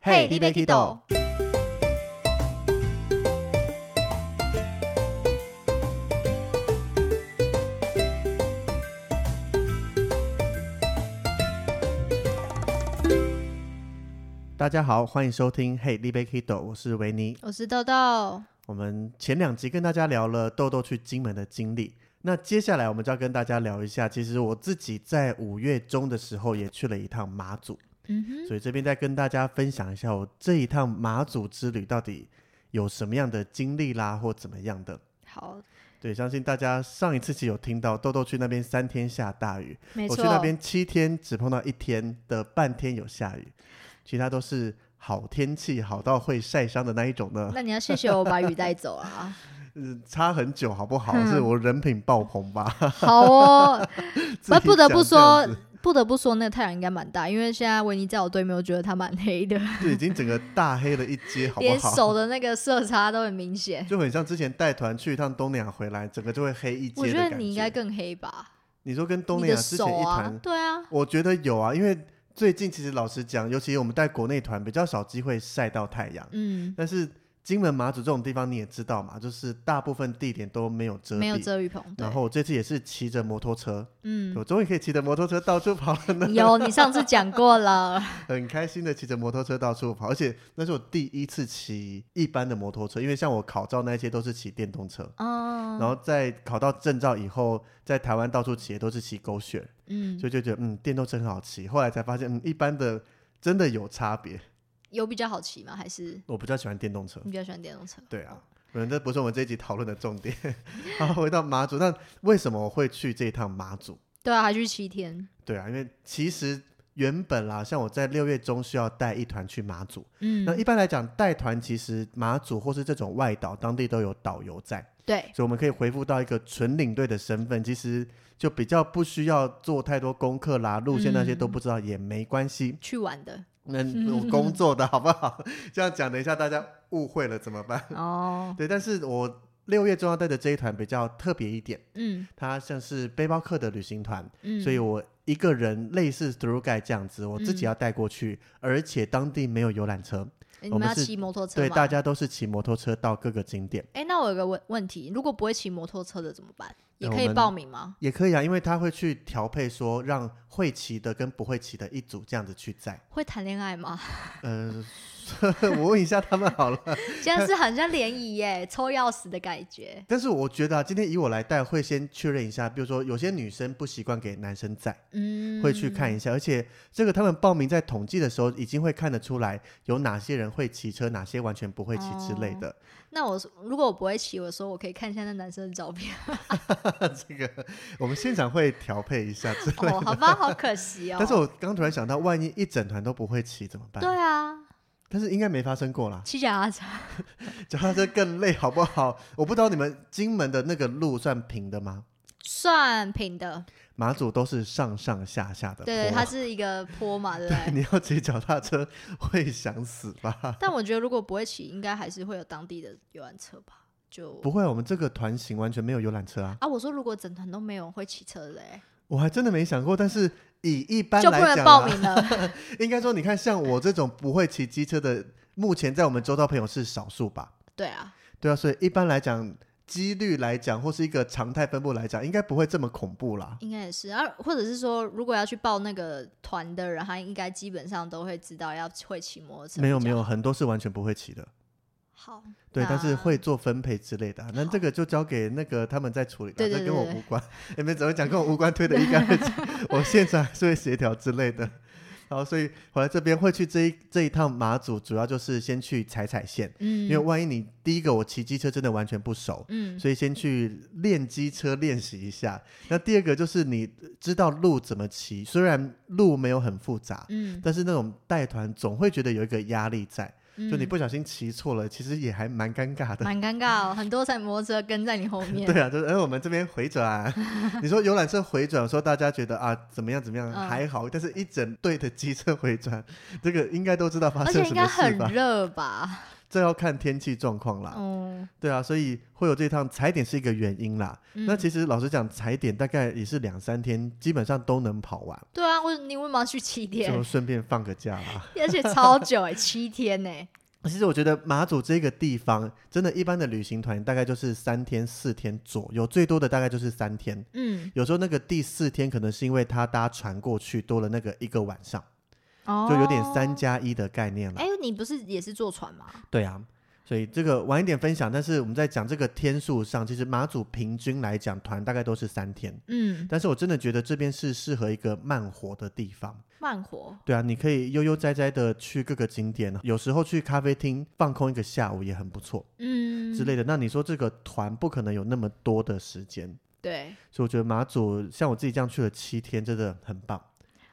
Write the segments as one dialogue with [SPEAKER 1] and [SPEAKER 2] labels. [SPEAKER 1] 嘿你要去倒？
[SPEAKER 2] 大家好，欢迎收听《嘿，立贝 Kido》，我是维尼。
[SPEAKER 1] 我是豆豆。
[SPEAKER 2] 我们前两集跟大家聊了豆豆去金门的经历，那接下来我们就要跟大家聊一下，其实我自己在五月中的时候也去了一趟马祖，
[SPEAKER 1] 嗯哼，
[SPEAKER 2] 所以这边再跟大家分享一下我这一趟马祖之旅到底有什么样的经历啦，或怎么样的。
[SPEAKER 1] 好，
[SPEAKER 2] 对，相信大家上一次其实有听到豆豆去那边三天下大雨，
[SPEAKER 1] 没
[SPEAKER 2] 我去
[SPEAKER 1] 错。
[SPEAKER 2] 那边七天只碰到一天的半天有下雨，其他都是好天气，好到会晒伤的那一种呢。
[SPEAKER 1] 那你要谢谢我把雨带 走啊。
[SPEAKER 2] 嗯，差很久好不好？
[SPEAKER 1] 嗯
[SPEAKER 2] 是我人品爆棚 吧？
[SPEAKER 1] 好哦，
[SPEAKER 2] 自己
[SPEAKER 1] 不得不
[SPEAKER 2] 讲这样
[SPEAKER 1] 说
[SPEAKER 2] 子，
[SPEAKER 1] 不得不说，那个太阳应该蛮大，因为现在维尼在我对面，我觉得它蛮黑的，
[SPEAKER 2] 就已经整个大黑了一阶，好
[SPEAKER 1] 连
[SPEAKER 2] 不好？
[SPEAKER 1] 手的那个色差都很明显。
[SPEAKER 2] 就很像之前带团去一趟东南亚回来，整个就会黑一阶
[SPEAKER 1] 我
[SPEAKER 2] 的
[SPEAKER 1] 觉
[SPEAKER 2] 感
[SPEAKER 1] 得你应该更黑吧？
[SPEAKER 2] 你说跟东
[SPEAKER 1] 你
[SPEAKER 2] 南
[SPEAKER 1] 的
[SPEAKER 2] 亚之前
[SPEAKER 1] 手
[SPEAKER 2] 一
[SPEAKER 1] 啊
[SPEAKER 2] 团，，
[SPEAKER 1] 对啊，
[SPEAKER 2] 我觉得有啊，因为最近其实老实讲，尤其我们带国内团比较少机会晒到太阳，
[SPEAKER 1] 嗯，
[SPEAKER 2] 但是金门马祖这种地方你也知道嘛，就是大部分地点都没有遮蔽，
[SPEAKER 1] 没有遮雨棚，对
[SPEAKER 2] 然，后我这次也是骑着摩托车，
[SPEAKER 1] 嗯，
[SPEAKER 2] 我终于可以骑着摩托车到处跑了呢，
[SPEAKER 1] 有你上次讲过了，
[SPEAKER 2] 很开心的骑着摩托车到处跑，而且那是我第一次骑一般的摩托车，因为像我考照那些都是骑电动车，
[SPEAKER 1] 嗯，
[SPEAKER 2] 然后在考到证照以后，在台湾到处骑也都是骑狗血，
[SPEAKER 1] 嗯，
[SPEAKER 2] 所以就觉得嗯电动车很好骑，后来才发现嗯一般的真的有差别，
[SPEAKER 1] 有比较好骑吗？还是
[SPEAKER 2] 我比较喜欢电动车，
[SPEAKER 1] 你比较喜欢电动车？
[SPEAKER 2] 对啊。嗯，这不是我们这一集讨论的重点。 好，回到马祖，那为什么我会去这一趟马祖？
[SPEAKER 1] 对啊，还去七天，
[SPEAKER 2] 对啊，因为其实原本啦，像我在六月中需要带一团去马祖，
[SPEAKER 1] 嗯
[SPEAKER 2] 那，一般来讲带团其实马祖或是这种外岛当地都有导游在，
[SPEAKER 1] 对，
[SPEAKER 2] 所以我们可以回复到一个纯领队的身份，其实就比较不需要做太多功课啦，路线那些都不知道也没关系。
[SPEAKER 1] 去玩 的
[SPEAKER 2] 那我工作的好不好？ 这样讲，等一下大家误会了怎么办？
[SPEAKER 1] 哦，
[SPEAKER 2] 对，但是我六月中要带的这一团比较特别一点，
[SPEAKER 1] 嗯
[SPEAKER 2] 它像是背包客的旅行团，
[SPEAKER 1] 嗯，
[SPEAKER 2] 所以我一个人类似 through guide 这样子，我自己要带过去，而且当地没有游览车，
[SPEAKER 1] 你
[SPEAKER 2] 我们
[SPEAKER 1] 们要
[SPEAKER 2] 是
[SPEAKER 1] 骑摩托车
[SPEAKER 2] 对，
[SPEAKER 1] 吗？
[SPEAKER 2] 大家都是骑摩托车到各个景点，
[SPEAKER 1] 哎、那我有个问问题，如果不会骑摩托车的怎么办？也
[SPEAKER 2] 那呃
[SPEAKER 1] 可
[SPEAKER 2] 我
[SPEAKER 1] 以
[SPEAKER 2] 们
[SPEAKER 1] 报名吗？
[SPEAKER 2] 也可以啊，因为他会去调配说让会骑的跟不会骑的一组这样子去载。
[SPEAKER 1] 会谈恋爱 吗？
[SPEAKER 2] 呃，我问一下他们好了，
[SPEAKER 1] 现在是很像联谊耶，抽钥匙的感觉。
[SPEAKER 2] 但是我觉得啊，今天以我来带，会先确认一下，比如说有些女生不习惯给男生载，
[SPEAKER 1] 嗯，
[SPEAKER 2] 会去看一下，而且这个他们报名在统计的时候已经会看得出来有哪些人会骑车，哪些完全不会骑之类的。
[SPEAKER 1] 那我如果我不会骑，我说我可以看一下那男生的照 片。
[SPEAKER 2] 这个我们现场会调配一下之类的。
[SPEAKER 1] 哦，好吧，好可惜哦。
[SPEAKER 2] 但是我刚突然想到，万一一整团都不会骑怎么办？
[SPEAKER 1] 对啊，
[SPEAKER 2] 但是应该没发生过啦，
[SPEAKER 1] 骑脚踏车，
[SPEAKER 2] 脚踏车更累，好不好？ 我不知道你们金门的那个路算平的吗？
[SPEAKER 1] 算平的，
[SPEAKER 2] 马祖都是上上下下的坡，啊
[SPEAKER 1] 对，它是一个坡嘛，对不
[SPEAKER 2] 对
[SPEAKER 1] 对？
[SPEAKER 2] 你要骑脚踏车会想死吧？
[SPEAKER 1] 但我觉得如果不会骑，应该还是会有当地的游览车吧？就
[SPEAKER 2] 不会，我们这个团型完全没有游览车啊，
[SPEAKER 1] 啊，我说如果整团都没有人会骑车的嘞，
[SPEAKER 2] 我还真的没想过。但是以一般
[SPEAKER 1] 就不
[SPEAKER 2] 来
[SPEAKER 1] 能
[SPEAKER 2] 讲
[SPEAKER 1] 报
[SPEAKER 2] 啊，
[SPEAKER 1] 名了。
[SPEAKER 2] 应该说，你看像我这种不会骑机车的，目前在我们周遭朋友是少数吧？
[SPEAKER 1] 对啊，
[SPEAKER 2] 对啊，所以一般来讲，几率来讲，或是一个常态分布来讲，应该不会这么恐怖啦。
[SPEAKER 1] 应该也是啊，或者是说，如果要去报那个团的人，他应该基本上都会知道要会骑摩托车。
[SPEAKER 2] 没有没，有，很多是完全不会骑的，
[SPEAKER 1] 好，
[SPEAKER 2] 对，
[SPEAKER 1] 那
[SPEAKER 2] 但是会做分配之类的啊、那
[SPEAKER 1] 好
[SPEAKER 2] 这个就交给那个他们在处理吧，
[SPEAKER 1] 对对
[SPEAKER 2] 这跟我
[SPEAKER 1] 对对
[SPEAKER 2] 无关。你们怎么讲跟我无关，推的一干二 净，我现场还是会协调之类的。然后，所以回来这边会去这一这一趟马祖，主要就是先去踩踩线，
[SPEAKER 1] 嗯，
[SPEAKER 2] 因为万一你第一个我骑机车真的完全不熟，
[SPEAKER 1] 嗯
[SPEAKER 2] 所以先去练机车练习一下。那第二个就是你知道路怎么骑，虽然路没有很复杂，
[SPEAKER 1] 嗯，
[SPEAKER 2] 但是那种带团总会觉得有一个压力在，就你
[SPEAKER 1] 嗯
[SPEAKER 2] 不小心骑错了，其实也还蛮尴尬的。
[SPEAKER 1] 蛮尴尬哦，很多台摩托车跟在你后面。
[SPEAKER 2] 对啊，就是哎、我们这边回转，啊 你说游览车回转，说大家觉得啊怎么样怎么样、
[SPEAKER 1] 嗯
[SPEAKER 2] 还好，但是一整队的机车回转，这个应该都知道发
[SPEAKER 1] 而
[SPEAKER 2] 生
[SPEAKER 1] 且应
[SPEAKER 2] 什
[SPEAKER 1] 该
[SPEAKER 2] 么事
[SPEAKER 1] 很
[SPEAKER 2] 吧？
[SPEAKER 1] 热吧？
[SPEAKER 2] 这要看天气状况啦。
[SPEAKER 1] 哦，
[SPEAKER 2] 对啊，所以会有这趟踩点是一个原因啦。那
[SPEAKER 1] 嗯
[SPEAKER 2] 其实老实讲，踩点大概也是两三天，基本上都能跑完，
[SPEAKER 1] 对啊，为你为什么要去七
[SPEAKER 2] 就
[SPEAKER 1] 天？
[SPEAKER 2] 顺便放个假啦。
[SPEAKER 1] 而且超久哎、七天呢、
[SPEAKER 2] 其实我觉得马祖这个地方，真的一般的旅行团大概就是三天四天左右，最多的大概就是三天。
[SPEAKER 1] 嗯，
[SPEAKER 2] 有时候那个第四天可能是因为他搭船过去多了那个一个晚上，
[SPEAKER 1] 哦，
[SPEAKER 2] 就有点三。加一的概念了。
[SPEAKER 1] 哎、你不是也是坐船吗？
[SPEAKER 2] 对啊，所以这个晚一点分享，但是我们在讲这个天数上，其实马祖平均来讲团大概都是三天，
[SPEAKER 1] 嗯，
[SPEAKER 2] 但是我真的觉得这边是适合一个慢活的地方。
[SPEAKER 1] 慢活。
[SPEAKER 2] 对啊，你可以悠悠哉哉的去各个景点，有时候去咖啡厅放空一个下午也很不错
[SPEAKER 1] 嗯，
[SPEAKER 2] 之类的。那你说这个团不可能有那么多的时间，
[SPEAKER 1] 对，
[SPEAKER 2] 所以我觉得马祖像我自己这样去了七天，真的很棒。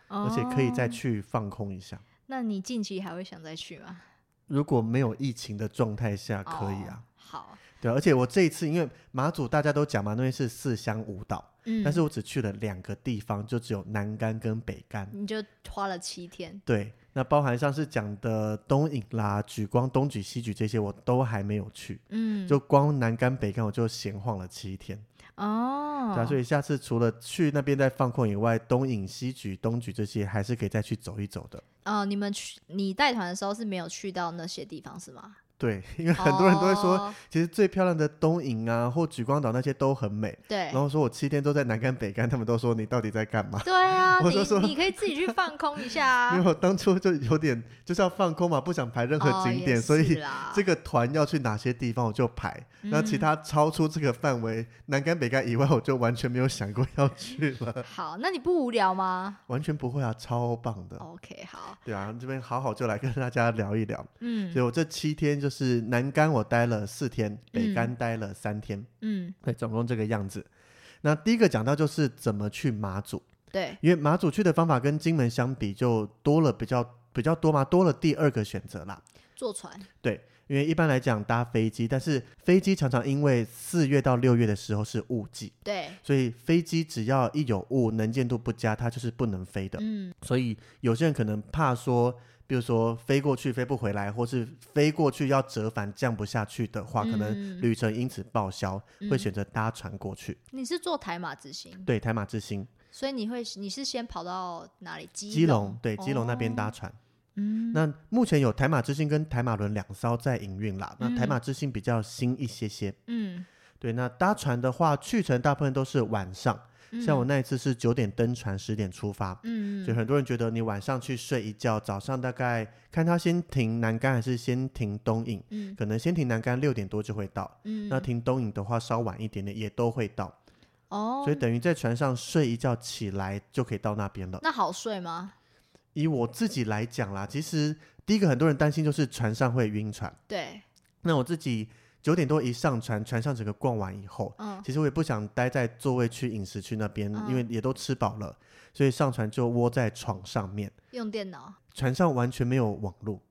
[SPEAKER 2] 而且可以再
[SPEAKER 1] 哦。
[SPEAKER 2] 去放空一下。
[SPEAKER 1] 那你近期还会想再去吗？
[SPEAKER 2] 如果没有疫情的状态下，可以啊。
[SPEAKER 1] 哦。好，
[SPEAKER 2] 对啊，而且我这一次因为马祖大家都讲嘛，那边是四乡五岛，
[SPEAKER 1] 嗯，
[SPEAKER 2] 但是我只去了两个地方，就只有南干跟北干。
[SPEAKER 1] 你就花了七天。
[SPEAKER 2] 对，那包含上次讲的东引啦、举光、东举、西举这些，我都还没有去。
[SPEAKER 1] 嗯，
[SPEAKER 2] 就光南干北干，我就闲晃了七天。
[SPEAKER 1] 哦，
[SPEAKER 2] 对啊，所以下次除了去那边再放空以外，东引、西举、东举这些还是可以再去走一走的。
[SPEAKER 1] 哦、你们去你带团的时候是没有去到那些地方是吗？
[SPEAKER 2] 对，因为 很多人都会说，
[SPEAKER 1] 哦
[SPEAKER 2] 其实最漂亮的东营啊，或举光岛那些都很美。
[SPEAKER 1] 对
[SPEAKER 2] 然后说我七天都在南干北干，他们都说你到底在干嘛？
[SPEAKER 1] 对啊，
[SPEAKER 2] 我就说
[SPEAKER 1] 你你可以自己去放空一下
[SPEAKER 2] 因
[SPEAKER 1] 啊。
[SPEAKER 2] 为我当初就有点就是要放空嘛，不想排任
[SPEAKER 1] 哦
[SPEAKER 2] 何景点，所以这
[SPEAKER 1] 个
[SPEAKER 2] 个团要去哪些地方我就排。
[SPEAKER 1] 嗯
[SPEAKER 2] 那、其他超出这个范围，南干北干以外，我就完全没有想过要去了，
[SPEAKER 1] 好，那你不无聊吗哦
[SPEAKER 2] 完全不会啊，超棒的。
[SPEAKER 1] ？OK，好，
[SPEAKER 2] 对啊，这边好好就来跟大家聊一聊。
[SPEAKER 1] 嗯
[SPEAKER 2] 所以我这七天就是南干我待了四天，北
[SPEAKER 1] 嗯
[SPEAKER 2] 干待了三天。
[SPEAKER 1] 嗯，
[SPEAKER 2] 对，总共这个样子。那第一个讲到就是怎么去马祖，
[SPEAKER 1] 对，
[SPEAKER 2] 因为马祖去的方法跟金门相比就多了比较比较多嘛，多了第二个选择啦。
[SPEAKER 1] 坐船，
[SPEAKER 2] 因为一般来讲搭飞机，但是飞机常常因为四月到六月的时候是雾季，
[SPEAKER 1] 对，
[SPEAKER 2] 所以飞机只要一有雾，能见度不佳，它就是不能飞的。
[SPEAKER 1] 嗯
[SPEAKER 2] 所以有些人可能怕说，比如说飞过去飞不回来，或是飞过去要折返降不下去的话，可能
[SPEAKER 1] 嗯
[SPEAKER 2] 旅程因此报销，会
[SPEAKER 1] 嗯
[SPEAKER 2] 选择搭船过去。
[SPEAKER 1] 你是坐台马之星，
[SPEAKER 2] 对，台马之星。
[SPEAKER 1] 所以你会你是先跑到哪里？基
[SPEAKER 2] 基
[SPEAKER 1] 基
[SPEAKER 2] 隆，对基隆那边搭
[SPEAKER 1] 哦
[SPEAKER 2] 船。
[SPEAKER 1] 嗯，
[SPEAKER 2] 那目前有台马之星跟台马轮两艘在营运啦。那台
[SPEAKER 1] 嗯
[SPEAKER 2] 马之星比较新一些些。
[SPEAKER 1] 嗯，
[SPEAKER 2] 对，那搭船的话，去程大部分都是晚上，像我
[SPEAKER 1] 嗯
[SPEAKER 2] 那一次是九点登船，十点出发。
[SPEAKER 1] 嗯
[SPEAKER 2] 所以
[SPEAKER 1] 嗯
[SPEAKER 2] 很多人觉得你晚上去睡一觉，早上大概看他先停南竿还是先停东引，
[SPEAKER 1] 嗯
[SPEAKER 2] 可能先停南竿六点多就会到，
[SPEAKER 1] 嗯，
[SPEAKER 2] 那停东引的话稍晚一点点也都会到，
[SPEAKER 1] 哦，
[SPEAKER 2] 所以等于在船上睡一觉起来就可以到那边了。
[SPEAKER 1] 那好睡吗？
[SPEAKER 2] 以我自己来讲啦，其实第一个很多人担心就是船上会晕船。
[SPEAKER 1] 对，
[SPEAKER 2] 那我自己九点多一上船，船上整个逛完以后，
[SPEAKER 1] 嗯
[SPEAKER 2] 其实我也不想待在座位区、饮食区那边，
[SPEAKER 1] 嗯
[SPEAKER 2] 因为也都吃饱了，所以上船就窝在床上面。
[SPEAKER 1] 用电脑
[SPEAKER 2] 船上完全没有网络，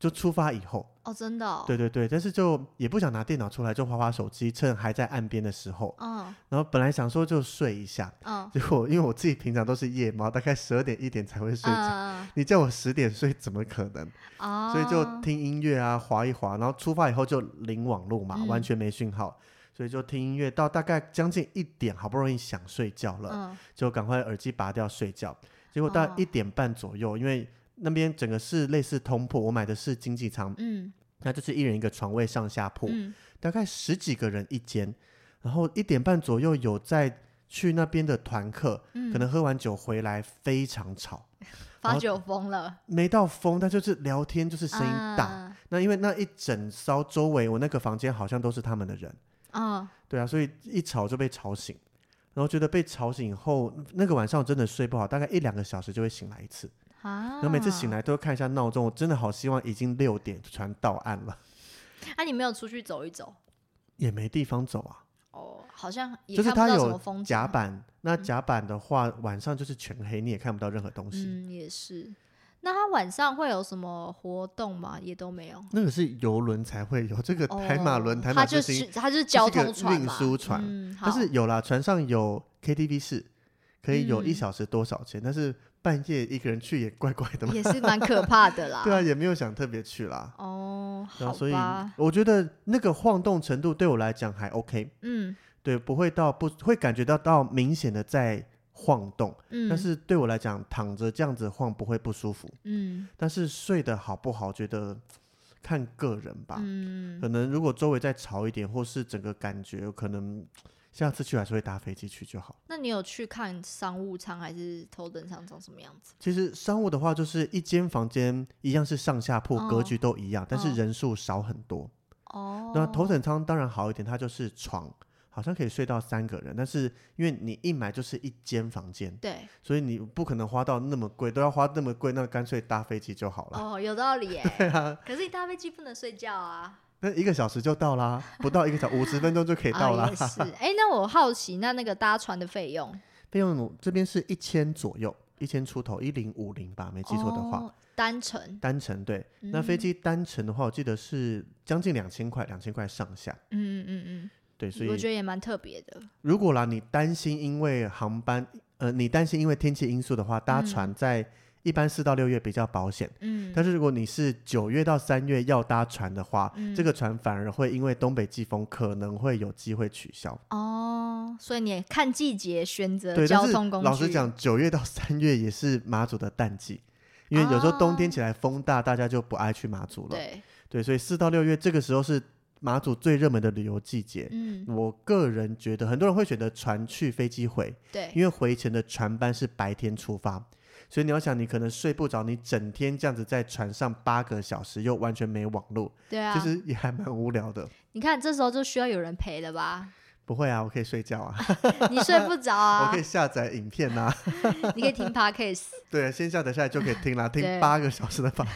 [SPEAKER 2] 就出发以后，
[SPEAKER 1] 哦，真的、哦，
[SPEAKER 2] 对对对，但是就也不想拿电脑出来，就划划手机，趁还在岸边的时候。
[SPEAKER 1] 嗯
[SPEAKER 2] 然后本来想说就睡一下，
[SPEAKER 1] 嗯
[SPEAKER 2] 结果因为我自己平常都是夜猫，大概十二点一点才会睡觉。
[SPEAKER 1] 嗯
[SPEAKER 2] 你叫我十点睡，怎么可能？
[SPEAKER 1] 啊，
[SPEAKER 2] 所以就听音乐啊，滑一滑，然后出发以后就零网络嘛，
[SPEAKER 1] 嗯
[SPEAKER 2] 完全没讯号，所以就听音乐到大概将近一点，好不容易想睡觉了，
[SPEAKER 1] 嗯
[SPEAKER 2] 就赶快耳机拔掉睡觉。结果到
[SPEAKER 1] 哦
[SPEAKER 2] 一点半左右，因为那边整个是类似通铺，我买的是经济舱，
[SPEAKER 1] 嗯
[SPEAKER 2] 那就是一人一个床位上下铺，
[SPEAKER 1] 嗯
[SPEAKER 2] 大概十几个人一间。然后一点半左右有在去那边的团客，
[SPEAKER 1] 嗯，
[SPEAKER 2] 可能喝完酒回来非常吵，然
[SPEAKER 1] 发
[SPEAKER 2] 后
[SPEAKER 1] 酒疯了，
[SPEAKER 2] 没到疯，但就是聊天就是声音大，
[SPEAKER 1] 啊
[SPEAKER 2] 那因为那一整艘周围，我那个房间好像都是他们的人，
[SPEAKER 1] 嗯
[SPEAKER 2] 对啊，所以一吵就被吵醒，然后觉得被吵醒以后，那个晚上真的睡不好，大概一两个小时就会醒来一次，
[SPEAKER 1] 啊，
[SPEAKER 2] 然后每次醒，来都会看一下闹钟，我真的好希望已经六点船到岸了，
[SPEAKER 1] 啊，你没有出去走一走
[SPEAKER 2] 也没地方走啊，
[SPEAKER 1] 哦，好像也
[SPEAKER 2] 就是
[SPEAKER 1] 看不
[SPEAKER 2] 它
[SPEAKER 1] 到什么
[SPEAKER 2] 有
[SPEAKER 1] 风景
[SPEAKER 2] 甲
[SPEAKER 1] 啊，
[SPEAKER 2] 板，那甲板的话晚上就是全黑，你也看不到任何东西，
[SPEAKER 1] 嗯，也是。那他晚上会有什么活动吗？也都没有。
[SPEAKER 2] 那个是游轮才会有，这个 台马轮、
[SPEAKER 1] 哦
[SPEAKER 2] 台马
[SPEAKER 1] 它
[SPEAKER 2] 之
[SPEAKER 1] 就
[SPEAKER 2] 星
[SPEAKER 1] 是它就是交
[SPEAKER 2] 是个
[SPEAKER 1] 通船
[SPEAKER 2] 运
[SPEAKER 1] 嘛
[SPEAKER 2] 输船
[SPEAKER 1] 嗯，
[SPEAKER 2] 但
[SPEAKER 1] 好
[SPEAKER 2] 是有啦，船上有 KTV 室，可以有一
[SPEAKER 1] 嗯
[SPEAKER 2] 小时多少钱，但是半夜一个人去也怪怪的嘛。 啊
[SPEAKER 1] 也是蛮可怕的啦。
[SPEAKER 2] 对啊，也没有想特别去啦。
[SPEAKER 1] 哦，哦，
[SPEAKER 2] 然
[SPEAKER 1] 好
[SPEAKER 2] 后所以
[SPEAKER 1] 吧，
[SPEAKER 2] 我觉得那个晃动程度对我来讲还 OK，
[SPEAKER 1] 嗯
[SPEAKER 2] 对，不会到不会感觉到到明显的在晃动，
[SPEAKER 1] 嗯，
[SPEAKER 2] 但是对我来讲躺着这样子晃不会不舒服，
[SPEAKER 1] 嗯
[SPEAKER 2] 但是睡得好不好，觉得看个人吧。
[SPEAKER 1] 嗯
[SPEAKER 2] 可能如果周围再潮一点，或是整个感觉，可能下次去还是会搭飞机去就好。
[SPEAKER 1] 那你有去看商务舱还是头等舱长什么样子？
[SPEAKER 2] 其实商务的话，就是一间房间一样是上下铺，
[SPEAKER 1] 哦
[SPEAKER 2] 格局都一样，但是
[SPEAKER 1] 哦
[SPEAKER 2] 人数少很多。
[SPEAKER 1] 哦，
[SPEAKER 2] 那啊头等舱当然好一点，它就是床，好像可以睡到三个人，但是因为你一买就是一间房间，
[SPEAKER 1] 对
[SPEAKER 2] 所以你不可能花到那么贵，都要花那么贵，那干脆搭飞机就好了。
[SPEAKER 1] 哦，有道 理耶。对啊，可是你搭飞机不能睡觉啊。
[SPEAKER 2] 那一个小时就到啦，不到一 个小五十分钟就可以到
[SPEAKER 1] 啊，
[SPEAKER 2] 啦
[SPEAKER 1] 也。是。哎、那我好奇，那那个搭船的费用，
[SPEAKER 2] 费用这边是一千左右，一千出头，一零五零吧，没记错的话。
[SPEAKER 1] 哦、嗯单程，
[SPEAKER 2] 单程对，那飞机单程的话，我记得是将近两千块，两千块上下。
[SPEAKER 1] 嗯嗯嗯
[SPEAKER 2] 对，所
[SPEAKER 1] 嗯，我觉
[SPEAKER 2] 以
[SPEAKER 1] 得也蛮特别的。
[SPEAKER 2] 如果啦，你担心因为航班，呃，你担心因为天气因素的话，搭
[SPEAKER 1] 嗯
[SPEAKER 2] 船在一般四到六月比较保险。
[SPEAKER 1] 嗯，
[SPEAKER 2] 但是如果你是九月到三月要搭船的话，
[SPEAKER 1] 嗯
[SPEAKER 2] 这个船反而会因为东北季风可能会有机会取消。
[SPEAKER 1] 哦，所以你也看季节选择
[SPEAKER 2] 对，但
[SPEAKER 1] 交
[SPEAKER 2] 是
[SPEAKER 1] 通工具。
[SPEAKER 2] 老实，讲，九月到三月也是马祖的淡季，因为有时候冬天
[SPEAKER 1] 啊
[SPEAKER 2] 起来风大，大家就不爱去马祖了。
[SPEAKER 1] 对，
[SPEAKER 2] 对，所以四到六月这个时候是马祖最热门的旅游季节。
[SPEAKER 1] 嗯，
[SPEAKER 2] 我个人觉得，很多人会选择船去，飞机回，
[SPEAKER 1] 对，
[SPEAKER 2] 因为回程的船班是白天出发，所以你要想，你可能睡不着，你整天这样子在船上八个小时，又完全没网络，
[SPEAKER 1] 对啊
[SPEAKER 2] 其，实也还蛮无聊的。
[SPEAKER 1] 你看这时候就需要有人陪了吧？
[SPEAKER 2] 不会啊，我可以睡觉 啊，
[SPEAKER 1] 你睡不着
[SPEAKER 2] 我
[SPEAKER 1] 啊
[SPEAKER 2] 可以，下载影片 啊，
[SPEAKER 1] 你可以听 podcast，
[SPEAKER 2] 对，先下载下来就可以听啦，听
[SPEAKER 1] 对
[SPEAKER 2] 八个小时的吧，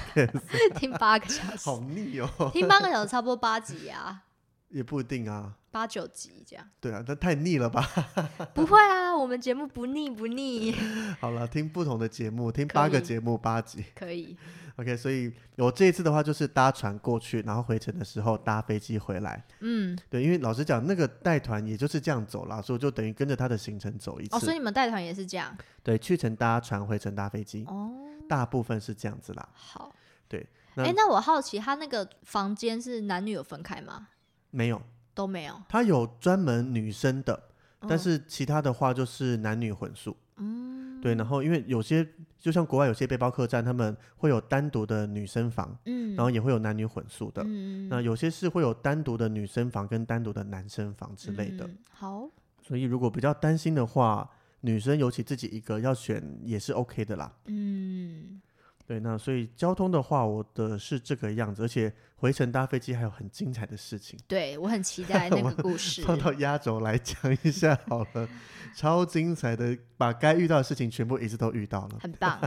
[SPEAKER 1] 听八个小时，
[SPEAKER 2] 好腻哦，
[SPEAKER 1] 听八个小时差不多八集啊，
[SPEAKER 2] 也不一定啊，
[SPEAKER 1] 八九集这样。
[SPEAKER 2] 对啊，那太腻了吧。
[SPEAKER 1] 不会啊，我们节目不腻不腻，
[SPEAKER 2] 好了，听不同的节目，听
[SPEAKER 1] 可
[SPEAKER 2] 八个
[SPEAKER 1] 以
[SPEAKER 2] 节目八集。
[SPEAKER 1] 可以。
[SPEAKER 2] OK，所以我这一次的话就是搭船过去，然后回程的时候搭飞机回来。
[SPEAKER 1] 嗯，
[SPEAKER 2] 对，因为老实讲，那个带团也就是这样走啦，所以我就等于跟着他的行程走一次。
[SPEAKER 1] 哦，所以你们带团也是这样
[SPEAKER 2] 对，去程搭船，回程搭飞机，
[SPEAKER 1] 哦。
[SPEAKER 2] 大部分是这样子啦。
[SPEAKER 1] 好，
[SPEAKER 2] 对那
[SPEAKER 1] 哎、那我好奇，他那个房间是男女有分开吗？
[SPEAKER 2] 没有，
[SPEAKER 1] 都没有，
[SPEAKER 2] 他有专门女生的，但
[SPEAKER 1] 嗯
[SPEAKER 2] 是其他的话就是男女混宿。
[SPEAKER 1] 嗯，
[SPEAKER 2] 对，然后因为有些就像国外有些背包客栈，他们会有单独的女生房，
[SPEAKER 1] 嗯，
[SPEAKER 2] 然后也会有男女混宿的。
[SPEAKER 1] 嗯
[SPEAKER 2] 那有些是会有单独的女生房跟单独的男生房之类的，
[SPEAKER 1] 嗯好，
[SPEAKER 2] 所以如果比较担心的话，女生尤其自己一个要选也是 OK 的啦。
[SPEAKER 1] 嗯，
[SPEAKER 2] 对，那所以交通的话，我的是这个样子，而且回程搭飞机还有很精彩的事情，
[SPEAKER 1] 对我很期待那个故事。
[SPEAKER 2] 放到压轴来讲一下好了，超精彩的，把该遇到的事情全部一次都遇到了。
[SPEAKER 1] 很 棒，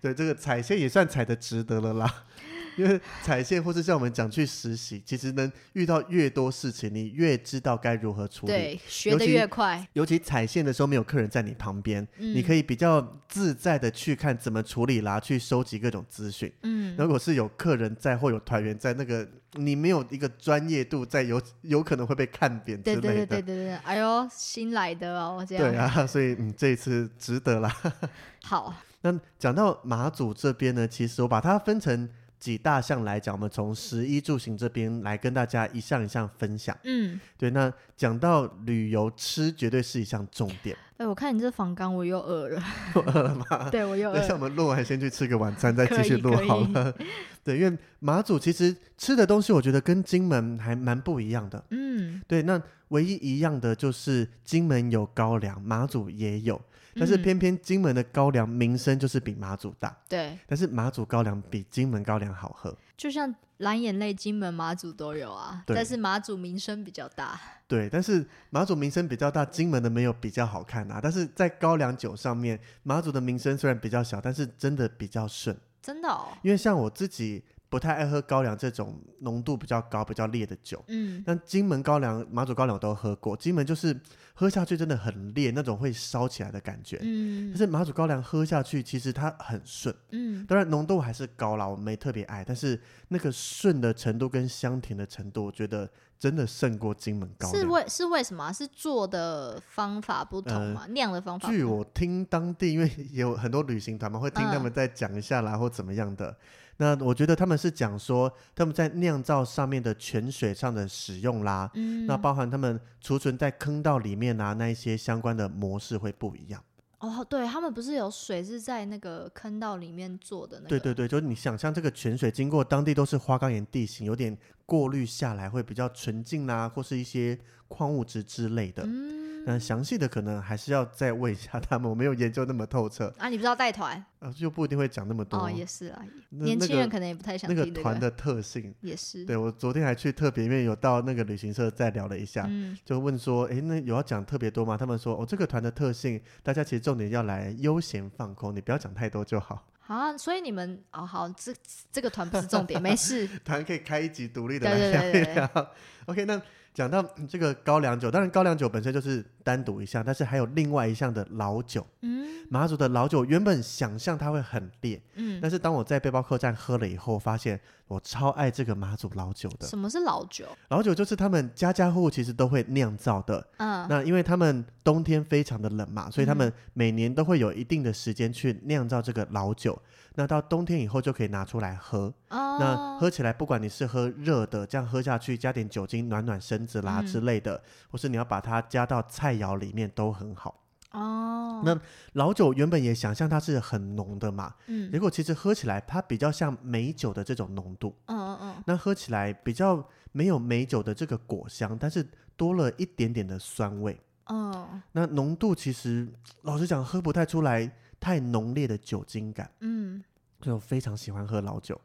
[SPEAKER 2] 对，这个踩线也算踩的值得了啦。 因为踩线，或是像我们讲去实习，其实能遇到越多事情，你越知道该如何处理。
[SPEAKER 1] 对，学
[SPEAKER 2] 尤
[SPEAKER 1] 的
[SPEAKER 2] 其
[SPEAKER 1] 越快，
[SPEAKER 2] 尤其踩线的时候没有客人在你旁边，
[SPEAKER 1] 嗯
[SPEAKER 2] 你可以比较自在的去看怎么处理啦，去收集各种资讯。
[SPEAKER 1] 嗯，
[SPEAKER 2] 如果是有客人在或有团员在，那个你没有一个专业度在，有有可能会被看扁之
[SPEAKER 1] 对
[SPEAKER 2] 类的。
[SPEAKER 1] 对对对对对，哎呦，新来的哦，这样，
[SPEAKER 2] 对，啊， 所以嗯，这一次值得啦。
[SPEAKER 1] 好，
[SPEAKER 2] 那讲到马祖这边呢，其实我把它分成几大项来讲，我们从食衣住行这边来跟大家一项一项分享。
[SPEAKER 1] 嗯，
[SPEAKER 2] 对，那讲到旅游吃，绝对是一项重 点。
[SPEAKER 1] 哎，我看你这访纲，我又饿了，饿了吗？对，我又饿
[SPEAKER 2] 等一下我
[SPEAKER 1] 了，
[SPEAKER 2] 们录完先去吃个晚餐，再继
[SPEAKER 1] 可
[SPEAKER 2] 续
[SPEAKER 1] 以
[SPEAKER 2] 录
[SPEAKER 1] 可
[SPEAKER 2] 好
[SPEAKER 1] 以
[SPEAKER 2] 了。 对，因为马祖其实吃的东西，我觉得跟金门还蛮不一样的。
[SPEAKER 1] 嗯，
[SPEAKER 2] 对，那唯一一样的就是金门有高粱，马祖也有，但是
[SPEAKER 1] 嗯
[SPEAKER 2] 偏偏金门的高粱名声就是比马祖大，
[SPEAKER 1] 对，
[SPEAKER 2] 但是马祖高粱比金门高粱好喝。
[SPEAKER 1] 就像蓝眼泪、金门、马祖都有啊，
[SPEAKER 2] 对
[SPEAKER 1] 但是马祖名声比较大，
[SPEAKER 2] 对，但是马祖名声比较大，金门的没有比较好看啊。但是在高粱酒上面，马祖的名声虽然比较小，但是真的比较顺。
[SPEAKER 1] 真的哦，
[SPEAKER 2] 因为像我自己不太爱喝高粱这种浓度比较高、比较烈的酒，
[SPEAKER 1] 嗯，
[SPEAKER 2] 但金门高粱、马祖高粱我都喝过。金门就是喝下去真的很烈，那种会烧起来的感觉。但
[SPEAKER 1] 嗯
[SPEAKER 2] 是马祖高粱喝下去，其实它很顺，
[SPEAKER 1] 嗯，
[SPEAKER 2] 当然浓度还是高啦，我没特别爱，但是那个顺的程度跟香甜的程度，我觉得真的胜过金门高
[SPEAKER 1] 是
[SPEAKER 2] 粱。
[SPEAKER 1] 为是为什么啊、是做的方法不同
[SPEAKER 2] 呃
[SPEAKER 1] 嘛？酿的方法不
[SPEAKER 2] 据
[SPEAKER 1] 同
[SPEAKER 2] 我听当地，因为也有很多旅行团嘛，会听他
[SPEAKER 1] 嗯
[SPEAKER 2] 们在讲一下啦，或怎么样的。那我觉得他们是讲说他们在酿造上面的泉水上的使用啦，
[SPEAKER 1] 嗯，
[SPEAKER 2] 那包含他们储存在坑道里面啊那一些相关的模式会不一样。
[SPEAKER 1] 哦，对他们不是有水是在那个坑道里面做的那个？
[SPEAKER 2] 对对对，就是你想象这个泉水经过当地都是花岗岩地形，有点过滤下来会比较纯净啦，或是一些矿物质之类的。
[SPEAKER 1] 嗯，
[SPEAKER 2] 但详细的可能还是要再问一下他们，我没有研究那么透彻，
[SPEAKER 1] 啊，你不知道带团
[SPEAKER 2] 呃，就不一定会讲那么多。
[SPEAKER 1] 哦，也是啊，
[SPEAKER 2] 那
[SPEAKER 1] 年
[SPEAKER 2] 那
[SPEAKER 1] 轻
[SPEAKER 2] 个
[SPEAKER 1] 人可能也不太想
[SPEAKER 2] 那
[SPEAKER 1] 听
[SPEAKER 2] 个
[SPEAKER 1] 这嗯
[SPEAKER 2] 团的特性，
[SPEAKER 1] 也是，
[SPEAKER 2] 对我昨天还去特别面有到那个旅行社再聊了一下，
[SPEAKER 1] 嗯，
[SPEAKER 2] 就问说，诶，那有要讲特别多吗？他们说，哦，这个团的特性，大家其实重点要来悠闲放空，你不要讲太多就好。
[SPEAKER 1] 啊，所以你们哦，好，这这个团不是重 点，没事，
[SPEAKER 2] 团可以开一集独立的来
[SPEAKER 1] 对对
[SPEAKER 2] 聊
[SPEAKER 1] 对
[SPEAKER 2] 一
[SPEAKER 1] 对对
[SPEAKER 2] 聊。OK，那 讲到嗯这个高粱酒，当然高粱酒本身就是单独一项，但是还有另外一项的老酒。
[SPEAKER 1] 嗯
[SPEAKER 2] 马祖的老酒原本想象它会很烈，
[SPEAKER 1] 嗯，
[SPEAKER 2] 但是当我在背包客栈喝了以后，发现我超爱这个马祖老酒的。
[SPEAKER 1] 什么是老酒？
[SPEAKER 2] 老酒就是他们家家户户其实都会酿造的，
[SPEAKER 1] 嗯
[SPEAKER 2] 那因为他们冬天非常的冷嘛，所以他们每年都会有一定的时间去酿造这个老酒。那到冬天以后就可以拿出来喝。那
[SPEAKER 1] 哦，
[SPEAKER 2] 喝起来，不管你是喝热的，这样喝下去加点酒精暖暖身子啦
[SPEAKER 1] 嗯
[SPEAKER 2] 之类的，或是你要把它加到菜肴里面都很好。
[SPEAKER 1] 哦，
[SPEAKER 2] 那老酒原本也想象它是很浓的嘛，
[SPEAKER 1] 嗯
[SPEAKER 2] 结果其实喝起来它比较像美酒的这种浓度。
[SPEAKER 1] 嗯嗯嗯，
[SPEAKER 2] 那喝起来比较没有美酒的这个果香，但是多了一点点的酸味。
[SPEAKER 1] 哦
[SPEAKER 2] 那浓度其实老实讲，喝不太出来太浓烈的酒精感，
[SPEAKER 1] 嗯。
[SPEAKER 2] 所以我非常喜欢喝老酒。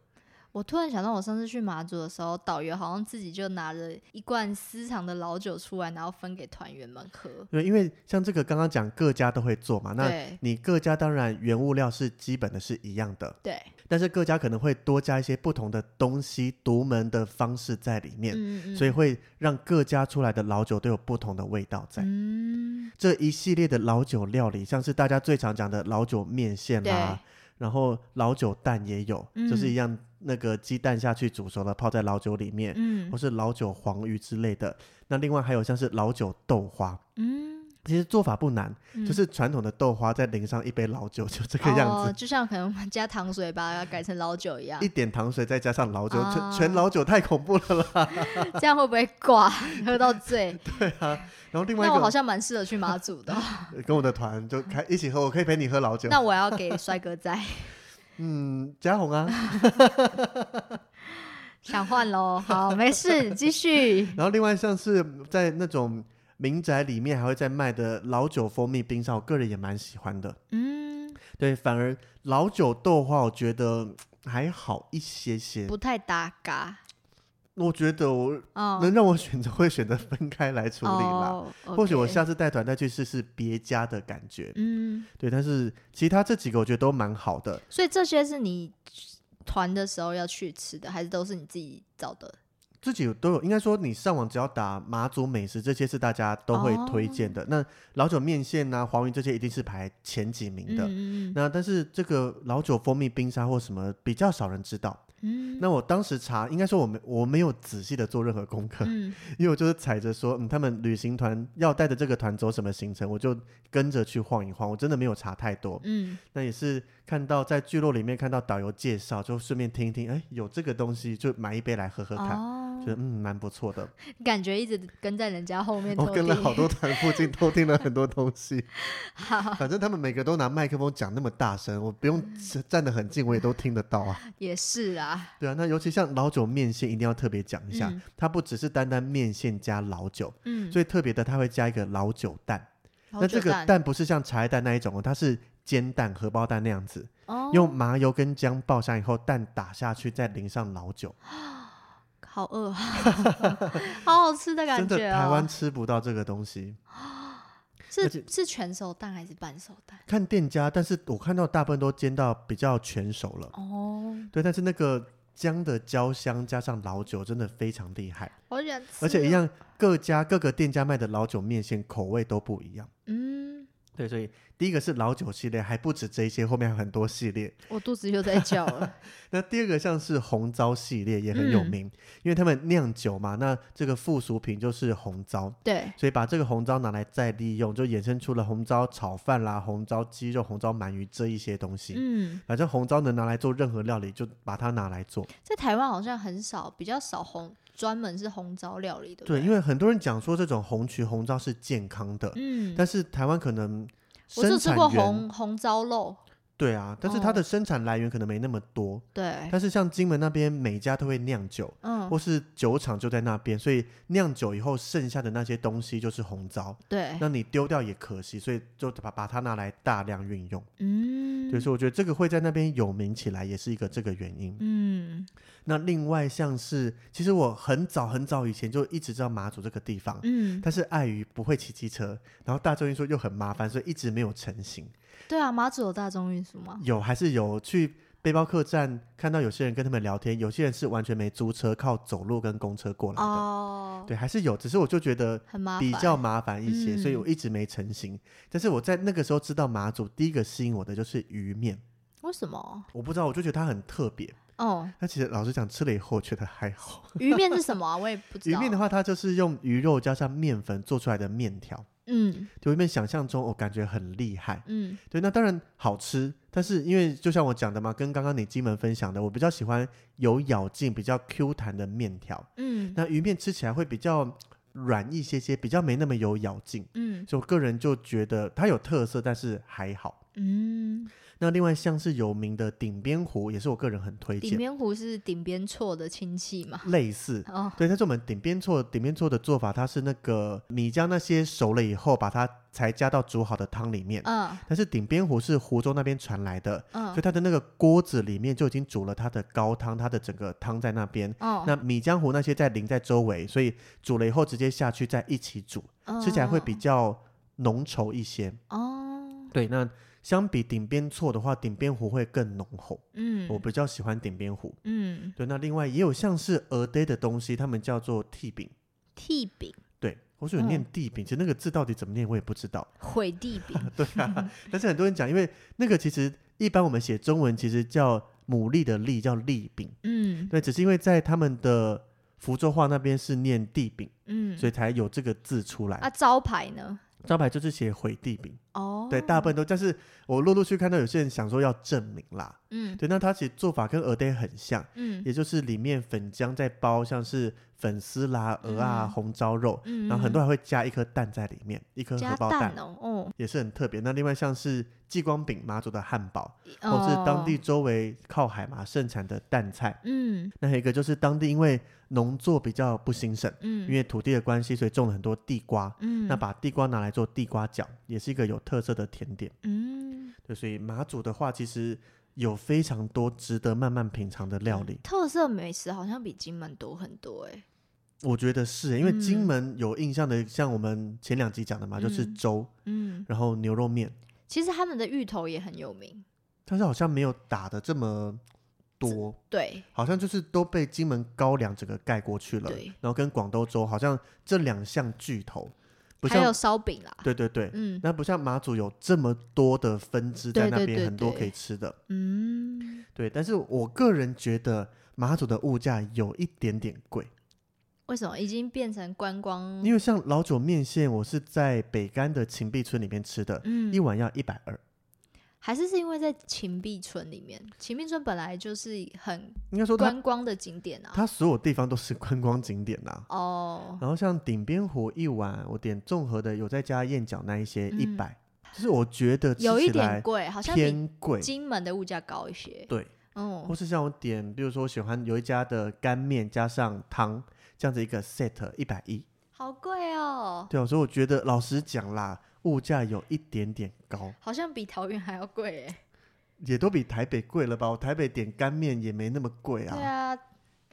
[SPEAKER 1] 我突然想到，我上次去马祖的时候，导游好像自己就拿着一罐私藏的老酒出来，然后分给团员们喝。
[SPEAKER 2] 对，因为像这个刚刚讲各家都会做嘛，那
[SPEAKER 1] 对
[SPEAKER 2] 你各家当然原物料是基本的是一样的，
[SPEAKER 1] 对，
[SPEAKER 2] 但是各家可能会多加一些不同的东西、独门的方式在里面，
[SPEAKER 1] 嗯嗯，
[SPEAKER 2] 所以
[SPEAKER 1] 以
[SPEAKER 2] 会让各家出来的老酒都有不同的味道在。
[SPEAKER 1] 嗯，
[SPEAKER 2] 这一系列的老酒料理，像是大家最常讲的老酒面线啦
[SPEAKER 1] 对，
[SPEAKER 2] 然后老酒蛋也有，
[SPEAKER 1] 嗯
[SPEAKER 2] 就是一样那个鸡蛋下去煮熟了，泡在老酒里面，
[SPEAKER 1] 嗯
[SPEAKER 2] 或是老酒黄鱼之类的。那另外还有像是老酒豆花，
[SPEAKER 1] 嗯，
[SPEAKER 2] 其实做法不难，
[SPEAKER 1] 嗯
[SPEAKER 2] 就是传统的豆花再淋上一杯老酒，就这个样子。
[SPEAKER 1] 哦，就像可能我们加糖水把它改成老酒一样
[SPEAKER 2] 一，点糖水再加上老酒，
[SPEAKER 1] 啊
[SPEAKER 2] 全全老酒太恐怖了啦。
[SPEAKER 1] 这样会不会挂喝到醉？
[SPEAKER 2] 啊 然后 另外一
[SPEAKER 1] 那我好
[SPEAKER 2] 个
[SPEAKER 1] 像蛮适合去马 祖的哦，
[SPEAKER 2] 跟我的团就开一起喝，我可以陪你喝老酒。
[SPEAKER 1] 那我要给帅哥在，
[SPEAKER 2] 嗯，嘉宏 啊，
[SPEAKER 1] 想换喽。好，没事，继续。
[SPEAKER 2] 然后另外像是在那种民宅里面还会在卖的老酒蜂蜜冰沙，我个人也蛮喜欢的。
[SPEAKER 1] 嗯，
[SPEAKER 2] 对，反而老酒豆花我觉得嗯还好一些些。
[SPEAKER 1] 不太搭嘎
[SPEAKER 2] 我觉得我
[SPEAKER 1] 哦。
[SPEAKER 2] 能让我选择会选择分开来处理啦。
[SPEAKER 1] 哦
[SPEAKER 2] 或许我
[SPEAKER 1] OK
[SPEAKER 2] 下次带团再去试试别家的感觉。
[SPEAKER 1] 嗯，
[SPEAKER 2] 对，但是其他这几个我觉得都蛮好的。
[SPEAKER 1] 所以这些是你团的时候要去吃的，还是都是你自己找的？
[SPEAKER 2] 自己都有，应该说你上网只要打马祖美食，这些是大家都会
[SPEAKER 1] 哦
[SPEAKER 2] 推荐的。那老酒面线呐、黄鱼这些一定是排前几名
[SPEAKER 1] 嗯
[SPEAKER 2] 的。
[SPEAKER 1] 嗯嗯
[SPEAKER 2] 那但是这个老酒蜂蜜冰沙或什么比较少人知道。
[SPEAKER 1] 嗯
[SPEAKER 2] 那我当时查，应该说我没我没有仔细的做任何功课，
[SPEAKER 1] 嗯
[SPEAKER 2] 因为我就是踩着说，嗯，他们旅行团要带着这个团走什么行程，我就跟着去晃一晃。我真的没有查太多，
[SPEAKER 1] 嗯，
[SPEAKER 2] 那也是看到在聚落里面看到导游介绍，就顺便听一听，哎，有这个东西就买一杯来喝喝看，觉
[SPEAKER 1] 哦，
[SPEAKER 2] 得嗯蛮不错的。
[SPEAKER 1] 感觉一直跟在人家后面
[SPEAKER 2] 我、
[SPEAKER 1] 拖
[SPEAKER 2] 跟了
[SPEAKER 1] 地
[SPEAKER 2] 好多团附近偷听了很多东西，
[SPEAKER 1] 好嗯
[SPEAKER 2] 反正他们每个都拿麦克风讲那么大声，我不用站得很近，我也都听得到 啊。
[SPEAKER 1] 也是啊，
[SPEAKER 2] 对啊，那尤其像老酒面线，一定要特别讲一下，
[SPEAKER 1] 嗯
[SPEAKER 2] 它不只是单单面线加老酒，
[SPEAKER 1] 嗯，
[SPEAKER 2] 最特别的它会加一个老酒蛋。
[SPEAKER 1] 老
[SPEAKER 2] 那
[SPEAKER 1] 酒
[SPEAKER 2] 这个
[SPEAKER 1] 蛋
[SPEAKER 2] 蛋不是像茶叶蛋那一种哦，它是煎蛋、荷包蛋那样子，
[SPEAKER 1] 哦
[SPEAKER 2] 用麻油跟姜爆香以后，蛋打下去，再淋上老酒。
[SPEAKER 1] 好 饿， 好好吃的感
[SPEAKER 2] 真的，
[SPEAKER 1] 觉
[SPEAKER 2] 台湾
[SPEAKER 1] 哦。
[SPEAKER 2] 吃不到这个东西，而且
[SPEAKER 1] 是是全熟蛋还是半熟蛋？
[SPEAKER 2] 看店家，但是我看到大部分都煎到比较全熟了。
[SPEAKER 1] 哦，
[SPEAKER 2] 对，但是那个姜的焦香加上老酒，真的非常厉害。
[SPEAKER 1] 好想吃。
[SPEAKER 2] 而且一，样，各家各个店家卖的老酒面线口味都不一样。
[SPEAKER 1] 嗯，
[SPEAKER 2] 对，所以第一个是老酒系列，还不止这一些，后面还有很多系列。
[SPEAKER 1] 我肚子又在叫 了。
[SPEAKER 2] 那第二个像是红糟系列也很有
[SPEAKER 1] 嗯
[SPEAKER 2] 名，因为他们酿酒嘛，那这个附属品就是红糟，
[SPEAKER 1] 对，
[SPEAKER 2] 所以把这个红糟拿来再利用，就衍生出了红糟炒饭啦、红糟鸡肉、红糟鳗鱼这一些东西。
[SPEAKER 1] 嗯，
[SPEAKER 2] 反正红糟能拿来做任何料理，就把它拿来做。
[SPEAKER 1] 在台湾好像很少，比较少红，专门是红糟料理的。
[SPEAKER 2] 对，因为很多人讲说这种红曲红糟是健康的，
[SPEAKER 1] 嗯，
[SPEAKER 2] 但是台湾可能
[SPEAKER 1] 我就
[SPEAKER 2] 生
[SPEAKER 1] 吃
[SPEAKER 2] 产
[SPEAKER 1] 过
[SPEAKER 2] 源
[SPEAKER 1] 红红糟肉，
[SPEAKER 2] 对啊，但是它
[SPEAKER 1] 哦哎
[SPEAKER 2] 的生产来源可能没那么多。
[SPEAKER 1] 对，
[SPEAKER 2] 但是像金门那边每家都会酿酒，
[SPEAKER 1] 嗯，
[SPEAKER 2] 或是酒厂就在那边，所以酿酒以后剩下的那些东西就是红糟，
[SPEAKER 1] 对，
[SPEAKER 2] 那你丢掉也可惜，所以就把把它拿来大量运用。
[SPEAKER 1] 嗯，
[SPEAKER 2] 对，所以我觉得这个会在那边有名起来，也是一个这个原因。
[SPEAKER 1] 嗯
[SPEAKER 2] 那另外像是，其实我很早很早以前就一直知道马祖这个地方。
[SPEAKER 1] 嗯，
[SPEAKER 2] 但是碍于不会骑机车，然后大众运输又很麻烦，所以一直没有成型。
[SPEAKER 1] 对啊，马祖有大众运输吗？
[SPEAKER 2] 有还是有去背包客栈看到有些人跟他们聊天，有些人是完全没租车，靠走路跟公车过来的。
[SPEAKER 1] 哦，
[SPEAKER 2] 对，还是有，只是我就觉得
[SPEAKER 1] 很麻烦，
[SPEAKER 2] 比较麻烦一些，所以
[SPEAKER 1] 嗯
[SPEAKER 2] 我一直没成型。但是我在那个时候知道马祖，第一个吸引我的就是鱼面，
[SPEAKER 1] 为什么？
[SPEAKER 2] 我不知道，我就觉得它很特别。
[SPEAKER 1] 哦，
[SPEAKER 2] 但其实老实讲，吃了以后我觉得还好。
[SPEAKER 1] 鱼面是什么啊？我也 不知
[SPEAKER 2] 鱼
[SPEAKER 1] 道。
[SPEAKER 2] 面的话，它就是用鱼肉加上面粉做出来的面条，
[SPEAKER 1] 嗯
[SPEAKER 2] 就会面想象中我、哦感觉很厉害。
[SPEAKER 1] 嗯
[SPEAKER 2] 对，那当然好吃，但是因为就像我讲的嘛，跟刚刚你金门分享的，我比较喜欢有咬劲、比较 Q 弹的面条。
[SPEAKER 1] 嗯
[SPEAKER 2] 那鱼面吃起来会比较软一些些，比较没那么有咬劲。
[SPEAKER 1] 嗯
[SPEAKER 2] 所以我个人就觉得它有特色，但是还好。
[SPEAKER 1] 嗯，
[SPEAKER 2] 那另外像是有名的顶边湖，也是我个人很推
[SPEAKER 1] 顶
[SPEAKER 2] 荐，
[SPEAKER 1] 边湖是顶边错的亲戚嘛？
[SPEAKER 2] 类似。
[SPEAKER 1] 哦，
[SPEAKER 2] 对，但是我们顶边错顶边错的做法，它是那个你将那些熟了以后，把它才加到煮好的汤里面。
[SPEAKER 1] 嗯
[SPEAKER 2] 但是顶边湖是湖州那边传来的，所以
[SPEAKER 1] 嗯
[SPEAKER 2] 它的那个锅子里面就已经煮了它的高汤，它的整个汤在那边。
[SPEAKER 1] 哦，
[SPEAKER 2] 那米浆糊那些在淋在周围，所以煮了以后直接下去再一起煮，
[SPEAKER 1] 嗯
[SPEAKER 2] 吃起来会比较浓稠一些。
[SPEAKER 1] 哦，
[SPEAKER 2] 对，那相比顶边错的话，顶边湖会更浓厚，
[SPEAKER 1] 嗯，
[SPEAKER 2] 我比较喜欢顶边湖。
[SPEAKER 1] 嗯
[SPEAKER 2] 对，那另外也有像是鹅堆的东西，他们叫做剃饼，
[SPEAKER 1] 地饼
[SPEAKER 2] 对，或是有念
[SPEAKER 1] 嗯
[SPEAKER 2] 地饼，其实那个字到底怎么念我也不知道。
[SPEAKER 1] 毁地饼，
[SPEAKER 2] 对 啊，但是很多人讲，因为那个其实一般我们写中文其实叫牡蛎的蛎叫栗饼，
[SPEAKER 1] 嗯
[SPEAKER 2] 对，只是因为在他们的福州话那边是念地饼，
[SPEAKER 1] 嗯，
[SPEAKER 2] 所以才有这个字出来。
[SPEAKER 1] 啊招牌呢？
[SPEAKER 2] 招牌就是写毁地饼，
[SPEAKER 1] 哦，
[SPEAKER 2] 对，大部分都，但是我陆陆续看到有些人想说要证明啦，
[SPEAKER 1] 嗯
[SPEAKER 2] 对，那它其实做法跟鹅呆很像，
[SPEAKER 1] 嗯
[SPEAKER 2] 也就是里面粉浆在包，像是粉丝啦、鹅啊、
[SPEAKER 1] 嗯
[SPEAKER 2] 红烧肉，
[SPEAKER 1] 嗯，
[SPEAKER 2] 然后很多还会加一颗蛋在里面，一颗荷
[SPEAKER 1] 加
[SPEAKER 2] 包蛋，
[SPEAKER 1] 哦，哦，
[SPEAKER 2] 也是很特别。那另外像是继光饼、马祖的汉堡，或
[SPEAKER 1] 哦
[SPEAKER 2] 是当地周围靠海嘛盛产的淡菜。
[SPEAKER 1] 嗯
[SPEAKER 2] 那还有一个就是当地因为农作比较不兴盛，
[SPEAKER 1] 嗯，
[SPEAKER 2] 因为土地的关系，所以种了很多地瓜。
[SPEAKER 1] 嗯
[SPEAKER 2] 那把地瓜拿来做地瓜饺，也是一个有特色的甜点。
[SPEAKER 1] 嗯
[SPEAKER 2] 对，所以马祖的话，其实有非常多值得慢慢品尝的料理。
[SPEAKER 1] 特色美食好像比金门多很多哎，
[SPEAKER 2] 我觉得是欸因为金
[SPEAKER 1] 嗯
[SPEAKER 2] 门有印象的，像我们前两集讲的嘛，就是
[SPEAKER 1] 嗯
[SPEAKER 2] 粥，
[SPEAKER 1] 嗯，
[SPEAKER 2] 然后牛肉面，
[SPEAKER 1] 其实他们的芋头也很有名，
[SPEAKER 2] 但是好像没有打的这么多，
[SPEAKER 1] 对
[SPEAKER 2] 好像就是都被金门高粱整个盖过去了。
[SPEAKER 1] 对，
[SPEAKER 2] 然后跟广州粥好像这两项巨头，不
[SPEAKER 1] 还有
[SPEAKER 2] 像
[SPEAKER 1] 烧饼啦，
[SPEAKER 2] 对对对，
[SPEAKER 1] 嗯
[SPEAKER 2] 那不像马祖有这么多的分支在
[SPEAKER 1] 对
[SPEAKER 2] 那
[SPEAKER 1] 对
[SPEAKER 2] 边，
[SPEAKER 1] 对
[SPEAKER 2] 很多
[SPEAKER 1] 对
[SPEAKER 2] 可以吃的。
[SPEAKER 1] 嗯，
[SPEAKER 2] 对，但是我个人觉得马祖的物价有一点点贵。
[SPEAKER 1] 为什么已经变成观光？
[SPEAKER 2] 因为像老酒面线，我是在北干的秦壁村里面吃的，一
[SPEAKER 1] 嗯，
[SPEAKER 2] 碗要一百二，
[SPEAKER 1] 还是是因为在秦壁村里面，秦壁村本来就是很
[SPEAKER 2] 应该说它
[SPEAKER 1] 观光的景点啊。
[SPEAKER 2] 它所有地方都是观光景点呐、
[SPEAKER 1] 哦，
[SPEAKER 2] 然后像顶边湖一碗，我点综合的，有再加燕饺那一些
[SPEAKER 1] 嗯
[SPEAKER 2] 一百、就是我觉得吃
[SPEAKER 1] 有一
[SPEAKER 2] 起
[SPEAKER 1] 点
[SPEAKER 2] 来
[SPEAKER 1] 贵，好像比
[SPEAKER 2] 偏贵。哦
[SPEAKER 1] 金门的物价高一些。
[SPEAKER 2] 对，
[SPEAKER 1] 嗯
[SPEAKER 2] 或是像我点，比如说我喜欢有一家的干面加上汤这样子一个 set 一百一，
[SPEAKER 1] 好贵哦，
[SPEAKER 2] 对啊，所以我觉得老实讲啦，物价有一点点高，
[SPEAKER 1] 好像比桃园还要贵哎。
[SPEAKER 2] 也都比台北贵了吧？我台北点干面也没那么贵
[SPEAKER 1] 对啊，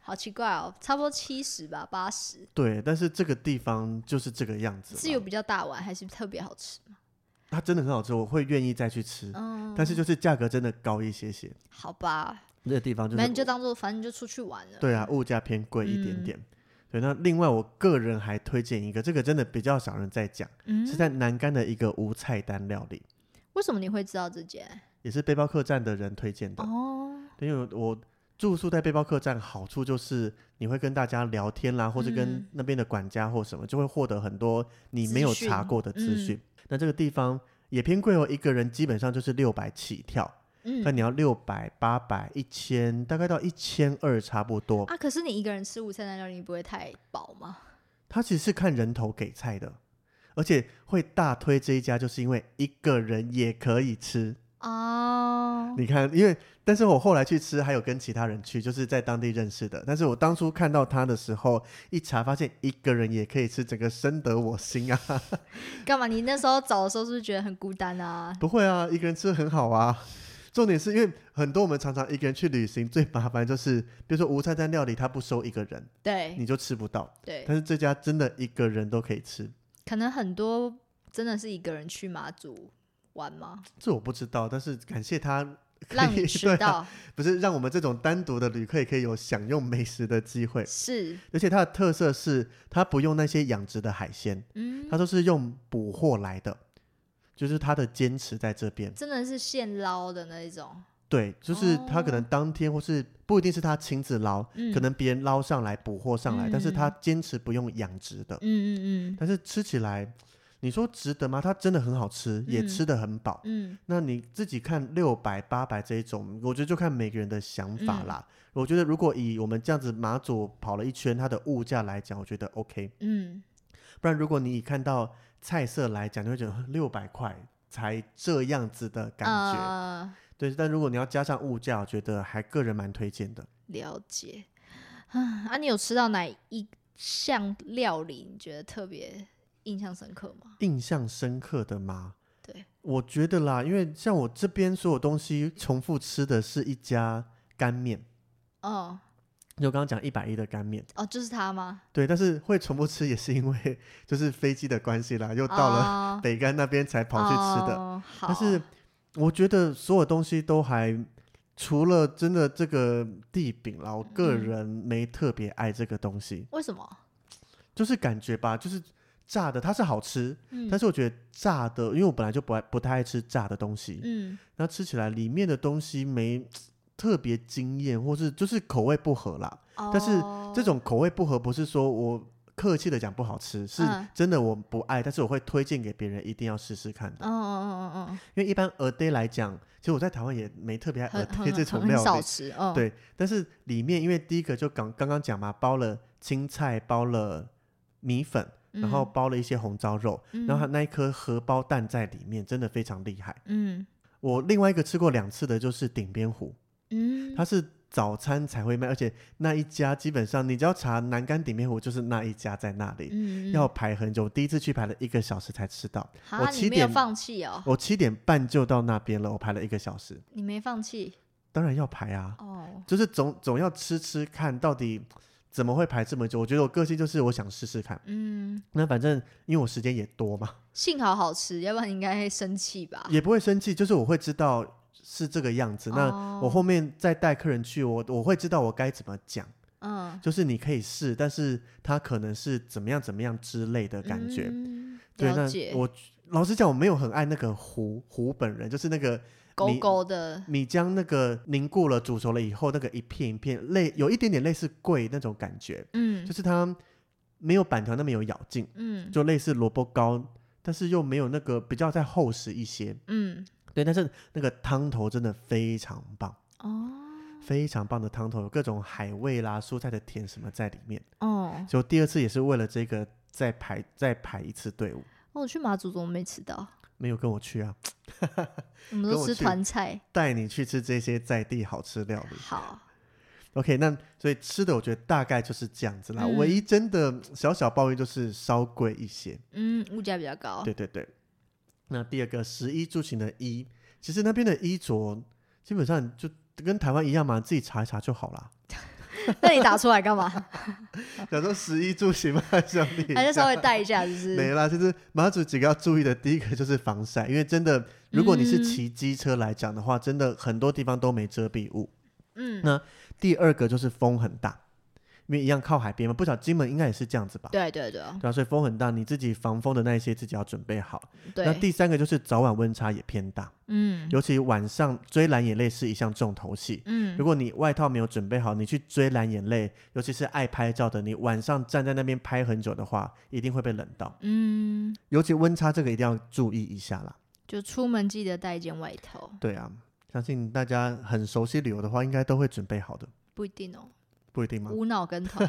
[SPEAKER 1] 好奇怪哦，差不多七十吧，八十。
[SPEAKER 2] 对，但是这个地方就是这个样子啦，
[SPEAKER 1] 是有比较大碗，还是特别好吃？
[SPEAKER 2] 它真的很好吃，我会愿意再去吃，
[SPEAKER 1] 嗯，
[SPEAKER 2] 但是就是价格真的高一些些。
[SPEAKER 1] 好吧，
[SPEAKER 2] 那个地方就
[SPEAKER 1] 那你
[SPEAKER 2] 是啊
[SPEAKER 1] 就当做反正你就出去玩了。嗯
[SPEAKER 2] 对啊，物价偏贵一点点。对，那另外我个人还推荐一个，这个真的比较少人在讲，
[SPEAKER 1] 嗯
[SPEAKER 2] 是，在南干的一个无菜单料理，
[SPEAKER 1] 为什么你会知道这间？
[SPEAKER 2] 也是背包客栈的人推荐的。
[SPEAKER 1] 哦，
[SPEAKER 2] 对因为我住宿在背包客栈，好处就是你会跟大家聊天啦，或是跟
[SPEAKER 1] 嗯
[SPEAKER 2] 那边的管家或什么，就会获得很多你没有
[SPEAKER 1] 资讯
[SPEAKER 2] 查过的资
[SPEAKER 1] 嗯
[SPEAKER 2] 讯。那这个地方也偏贵哦，一个人基本上就是六百起跳，
[SPEAKER 1] 嗯
[SPEAKER 2] 但你要六百、八百、一千，大概到一千二差不多。
[SPEAKER 1] 啊，可是你一个人吃午餐的料理，你不会太饱吗？
[SPEAKER 2] 它其实是看人头给菜的，而且会大推这一家，就是因为一个人也可以吃。
[SPEAKER 1] 哦，
[SPEAKER 2] 你看，因为但是我后来去吃，还有跟其他人去，就是在当地认识的。但是我当初看到它的时候，一查发现一个人也可以吃，整个深得我心啊！
[SPEAKER 1] 干嘛？你那时候找的时候是不是觉得很孤单啊？
[SPEAKER 2] 不会啊，一个人吃很好啊。重点是因为很多我们常常一个人去旅行，最麻烦就是，比如说无菜单料理，它不收一个人，
[SPEAKER 1] 对
[SPEAKER 2] 你就吃不到。
[SPEAKER 1] 对，
[SPEAKER 2] 但是这家真的一个人都可以吃，
[SPEAKER 1] 可能很多真的是一个人去马祖玩吗？
[SPEAKER 2] 这我不知道，但是感谢他可以
[SPEAKER 1] 让你
[SPEAKER 2] 对
[SPEAKER 1] 吃
[SPEAKER 2] 啊
[SPEAKER 1] 到、
[SPEAKER 2] 不是让我们这种单独的旅客也可以有享用美食的机会。
[SPEAKER 1] 是，
[SPEAKER 2] 而且它的特色是，它不用那些养殖的海鲜，
[SPEAKER 1] 嗯
[SPEAKER 2] 它，都是用捕获来的，就是它的坚持在这边。
[SPEAKER 1] 真的是现捞的那一种，
[SPEAKER 2] 对，就是他可能
[SPEAKER 1] 哦
[SPEAKER 2] 当天或是不一定是他亲自捞，
[SPEAKER 1] 嗯，
[SPEAKER 2] 可能别人捞上来捕获上来，但是他坚持不用养殖的。
[SPEAKER 1] 嗯，嗯嗯
[SPEAKER 2] 但是吃起来，你说值得吗？它真的很好吃，也
[SPEAKER 1] 嗯
[SPEAKER 2] 吃得很饱。
[SPEAKER 1] 嗯
[SPEAKER 2] 那你自己看六百、八百这一种，我觉得就看每个人的想
[SPEAKER 1] 嗯
[SPEAKER 2] 法啦。我觉得如果以我们这样子马祖跑了一圈，它的物价来讲，我觉得 OK。
[SPEAKER 1] 嗯，
[SPEAKER 2] 不然如果你以看到菜色来讲，你会觉得六百块才这样子的感觉。
[SPEAKER 1] 呃
[SPEAKER 2] 对，但如果你要加上物价，我觉得还个人蛮推荐的。
[SPEAKER 1] 了解。啊，啊你有吃到哪一项料理你觉得特别印象深刻吗？
[SPEAKER 2] 印象深刻的吗？
[SPEAKER 1] 对，
[SPEAKER 2] 我觉得啦，因为像我这边所有东西重复吃的是一家干面，
[SPEAKER 1] 哦
[SPEAKER 2] 就刚刚讲一百一的干面。
[SPEAKER 1] 哦，就是它吗？
[SPEAKER 2] 对，但是会重复吃也是因为就是飞机的关系啦，又到了
[SPEAKER 1] 了
[SPEAKER 2] 北干那边才 跑去吃的。
[SPEAKER 1] 哦、好，
[SPEAKER 2] 但是我觉得所有东西都还，除了真的这个地饼啦，我个
[SPEAKER 1] 嗯
[SPEAKER 2] 人没特别爱这个东西，
[SPEAKER 1] 为什么？
[SPEAKER 2] 就是感觉吧，就是炸的它是好吃，
[SPEAKER 1] 嗯
[SPEAKER 2] 但是我觉得炸的，因为我本来就不爱不太爱吃炸的东西，
[SPEAKER 1] 嗯
[SPEAKER 2] 那吃起来里面的东西没特别惊艳，或是就是口味不合啦。但是
[SPEAKER 1] 哦
[SPEAKER 2] 这种口味不合不是说我客气的讲不好吃，是
[SPEAKER 1] 嗯
[SPEAKER 2] 真的我不爱，但是我会推荐给别人一定要试试看的。
[SPEAKER 1] 嗯嗯嗯嗯
[SPEAKER 2] 因为一般鹅爹来讲，其实我在台湾也没特别爱
[SPEAKER 1] 嗯，
[SPEAKER 2] 鹅
[SPEAKER 1] 很
[SPEAKER 2] 爹
[SPEAKER 1] 很
[SPEAKER 2] 呃这种
[SPEAKER 1] 很
[SPEAKER 2] 料
[SPEAKER 1] 少
[SPEAKER 2] 理，
[SPEAKER 1] 吃，嗯，
[SPEAKER 2] 对但是里面因为第一个就刚刚刚讲嘛，包了青菜，包了米粉，
[SPEAKER 1] 嗯，
[SPEAKER 2] 然后包了一些红烧肉，
[SPEAKER 1] 嗯，
[SPEAKER 2] 然后它那一颗荷包蛋在里面，真的非常厉害。
[SPEAKER 1] 嗯
[SPEAKER 2] 我另外一个吃过两次的就是顶边糊，
[SPEAKER 1] 嗯，
[SPEAKER 2] 它是早餐才会卖，而且那一家基本上你只要查南干顶边糊，就是那一家在那里，
[SPEAKER 1] 嗯
[SPEAKER 2] 要排很久。我第一次去排了一个小时才吃到，我
[SPEAKER 1] 啊，
[SPEAKER 2] 七
[SPEAKER 1] 你没有
[SPEAKER 2] 点
[SPEAKER 1] 放弃哦，
[SPEAKER 2] 我七点半就到那边了，我排了一个小时，
[SPEAKER 1] 你没放弃
[SPEAKER 2] 当然要排啊，
[SPEAKER 1] 哦，
[SPEAKER 2] 就是总总要吃吃看到底怎么会排这么久。我觉得我个性就是我想试试看，
[SPEAKER 1] 嗯，
[SPEAKER 2] 那反正因为我时间也多嘛，
[SPEAKER 1] 幸好好吃，要不然你应该会生气吧？
[SPEAKER 2] 也不会生气，就是我会知道是这个样子。那我
[SPEAKER 1] 哦
[SPEAKER 2] 后面再带客人去，我我会知道我该怎么讲。
[SPEAKER 1] 嗯
[SPEAKER 2] 就是你可以试，但是它可能是怎么样怎么样之类的感觉。
[SPEAKER 1] 嗯
[SPEAKER 2] 对，
[SPEAKER 1] 了解
[SPEAKER 2] 那我老实讲，我没有很爱那个糊糊本人，就是那个
[SPEAKER 1] 狗
[SPEAKER 2] 你
[SPEAKER 1] 狗的，
[SPEAKER 2] 米浆那个凝固了、煮熟了以后，那个一片一片类有一点点类似桂那种感觉，
[SPEAKER 1] 嗯
[SPEAKER 2] 就是它没有板条那么有咬劲，
[SPEAKER 1] 嗯
[SPEAKER 2] 就类似萝卜糕，但是又没有那个比较再厚实一些。
[SPEAKER 1] 嗯
[SPEAKER 2] 对，但是那个汤头真的非常棒，
[SPEAKER 1] 哦
[SPEAKER 2] 非常棒的汤头，有各种海味啦、蔬菜的甜什么在里面。
[SPEAKER 1] 哦，
[SPEAKER 2] 就第二次也是为了这个再排再排一次队伍，
[SPEAKER 1] 我去马祖怎么没吃到？
[SPEAKER 2] 没有跟我去啊，
[SPEAKER 1] 我们
[SPEAKER 2] 跟
[SPEAKER 1] 都
[SPEAKER 2] 我
[SPEAKER 1] 吃
[SPEAKER 2] 去
[SPEAKER 1] 团菜，
[SPEAKER 2] 带你去吃这些在地好吃料理。
[SPEAKER 1] 好，
[SPEAKER 2] OK，那所以吃的我觉得大概就是这样子啦。
[SPEAKER 1] 嗯
[SPEAKER 2] 唯一真的小小抱怨就是稍贵一些，
[SPEAKER 1] 嗯，物价比较高，
[SPEAKER 2] 对对对。那第二个十一住行的衣，其实那边的衣着基本上就跟台湾一样嘛，自己查一查就好啦。
[SPEAKER 1] 嗯那你打出 来干嘛？
[SPEAKER 2] 想说十一住行嘛，兄弟，
[SPEAKER 1] 还是稍微带一下，就
[SPEAKER 2] 没
[SPEAKER 1] 是
[SPEAKER 2] 啦，就是马祖几个要注意的，第一个就是防晒，因为真的，如果你是
[SPEAKER 1] 嗯
[SPEAKER 2] 骑机车来讲的话，真的很多地方都没遮蔽物。
[SPEAKER 1] 嗯
[SPEAKER 2] 那第二个就是风很大，因为一样靠海边嘛，不晓得金门应该也是这样子吧？
[SPEAKER 1] 对对对
[SPEAKER 2] 对啊，所以风很大，你自己防风的那一些自己要准备好。那
[SPEAKER 1] 对，
[SPEAKER 2] 第三个就是早晚温差也偏大，
[SPEAKER 1] 嗯
[SPEAKER 2] 尤其晚上追蓝眼泪是一项重头戏。
[SPEAKER 1] 嗯
[SPEAKER 2] 如果你外套没有准备好，你去追蓝眼泪，尤其是爱拍照的，你晚上站在那边拍很久的话，一定会被冷到。
[SPEAKER 1] 嗯，
[SPEAKER 2] 尤其温差这个一定要注意一下啦。
[SPEAKER 1] 就出门记得带一件外套，
[SPEAKER 2] 对啊，相信大家很熟悉旅游的话，应该都会准备好的，
[SPEAKER 1] 不一定哦，
[SPEAKER 2] 不一定吗？
[SPEAKER 1] 无脑跟团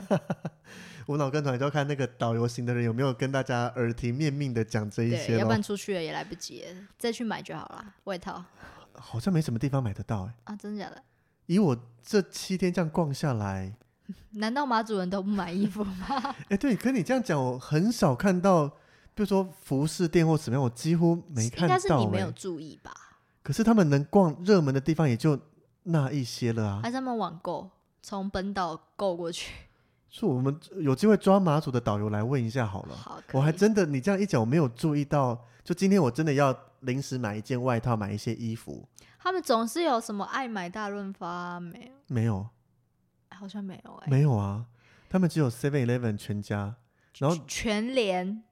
[SPEAKER 2] 无脑跟团就要看那个导游型的人有没有跟大家耳提面命的讲 这一
[SPEAKER 1] 对，
[SPEAKER 2] 些
[SPEAKER 1] 要不
[SPEAKER 2] 咯。
[SPEAKER 1] 然出去了也来不及了，再去买就好了外套
[SPEAKER 2] 好像没什么地方买得到哎、
[SPEAKER 1] 啊，真的假的？
[SPEAKER 2] 以我这七天这样逛下来，
[SPEAKER 1] 难道马主人都不买衣服吗？
[SPEAKER 2] 哎、对，可你这样讲，我很少看到，比如说服饰店或怎么样，我几乎没
[SPEAKER 1] 应
[SPEAKER 2] 看
[SPEAKER 1] 该是
[SPEAKER 2] 到、
[SPEAKER 1] 你没有
[SPEAKER 2] 欸。
[SPEAKER 1] 注意吧？
[SPEAKER 2] 可是他们能逛热门的地方也就那一些了啊。
[SPEAKER 1] 还是他们网购，从本岛购过去？
[SPEAKER 2] 是我们有机会抓马祖的导游来问一下好了。
[SPEAKER 1] 好，可
[SPEAKER 2] 我还
[SPEAKER 1] 以
[SPEAKER 2] 真的，你这样一讲，我没有注意到。就今天我真的要临时买一件外套，买一些衣服，
[SPEAKER 1] 他们总是有什么爱买大润发啊没有？
[SPEAKER 2] 没有，
[SPEAKER 1] 好像没有哎、
[SPEAKER 2] 没有啊。他们只有 Seven Eleven 全家，然后
[SPEAKER 1] 全联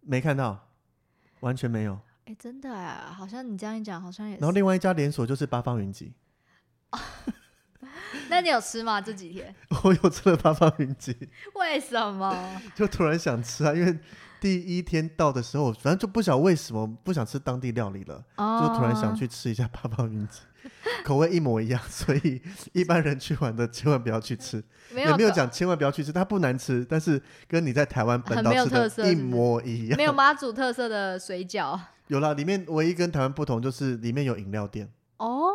[SPEAKER 2] 没看到，完全没 有。
[SPEAKER 1] 哎、真的哎、好像你这样一讲，好像也
[SPEAKER 2] 然后
[SPEAKER 1] 是。
[SPEAKER 2] 另外一家连锁就是八方云集，
[SPEAKER 1] 那你有吃吗？这几天
[SPEAKER 2] 我有吃了八方云集，
[SPEAKER 1] 为什么？
[SPEAKER 2] 就突然想吃啊，因为第一天到的时候，反正就不晓得为什么不想吃当地料理了， 就
[SPEAKER 1] 哦
[SPEAKER 2] 突然想。去吃一下八方云集，口味一模一样， 所以一般人去玩的千万不要去吃。
[SPEAKER 1] 哦没
[SPEAKER 2] 也没有
[SPEAKER 1] 搞
[SPEAKER 2] 讲千万不要去吃，它不难吃，但是跟你在台湾本
[SPEAKER 1] 很
[SPEAKER 2] 岛
[SPEAKER 1] 没有
[SPEAKER 2] 吃
[SPEAKER 1] 特色
[SPEAKER 2] 的一
[SPEAKER 1] 是不是
[SPEAKER 2] 模一样。
[SPEAKER 1] 没有妈祖特色的水饺
[SPEAKER 2] 有啦，里面唯一跟台湾不同就是里面有饮料店，
[SPEAKER 1] 哦，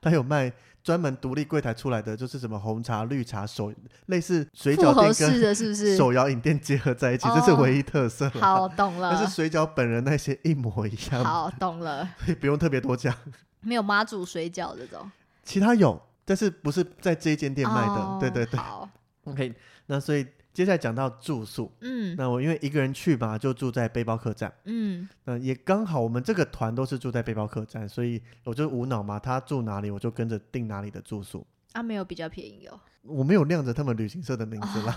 [SPEAKER 2] 它有卖专门独立柜台出来的，就是什么红茶、绿茶、手类似水
[SPEAKER 1] 哦复
[SPEAKER 2] 饺
[SPEAKER 1] 合
[SPEAKER 2] 店
[SPEAKER 1] 式
[SPEAKER 2] 跟
[SPEAKER 1] 的是不是？
[SPEAKER 2] 手摇饮店结合在一起，
[SPEAKER 1] 哦
[SPEAKER 2] 这是唯一特色啦。
[SPEAKER 1] 好，懂
[SPEAKER 2] 但
[SPEAKER 1] 了
[SPEAKER 2] 是，水饺本人那些一模一样，
[SPEAKER 1] 好懂了，
[SPEAKER 2] 所以不用特别多讲。
[SPEAKER 1] 没有妈祖水饺这种
[SPEAKER 2] 其他有，但是不是在这一间店卖的？
[SPEAKER 1] 哦
[SPEAKER 2] 对对对。
[SPEAKER 1] 好，
[SPEAKER 2] OK，那所以接下来讲到住宿，
[SPEAKER 1] 嗯
[SPEAKER 2] 那我因为一个人去嘛，就住在背包客栈。
[SPEAKER 1] 嗯，
[SPEAKER 2] 那也刚好我们这个团都是住在背包客栈，所以我就无脑嘛，他住哪里我就跟着订哪里的住宿。
[SPEAKER 1] 啊，没有比较 便宜哦。
[SPEAKER 2] 我没有亮着他们旅行社的名字啦，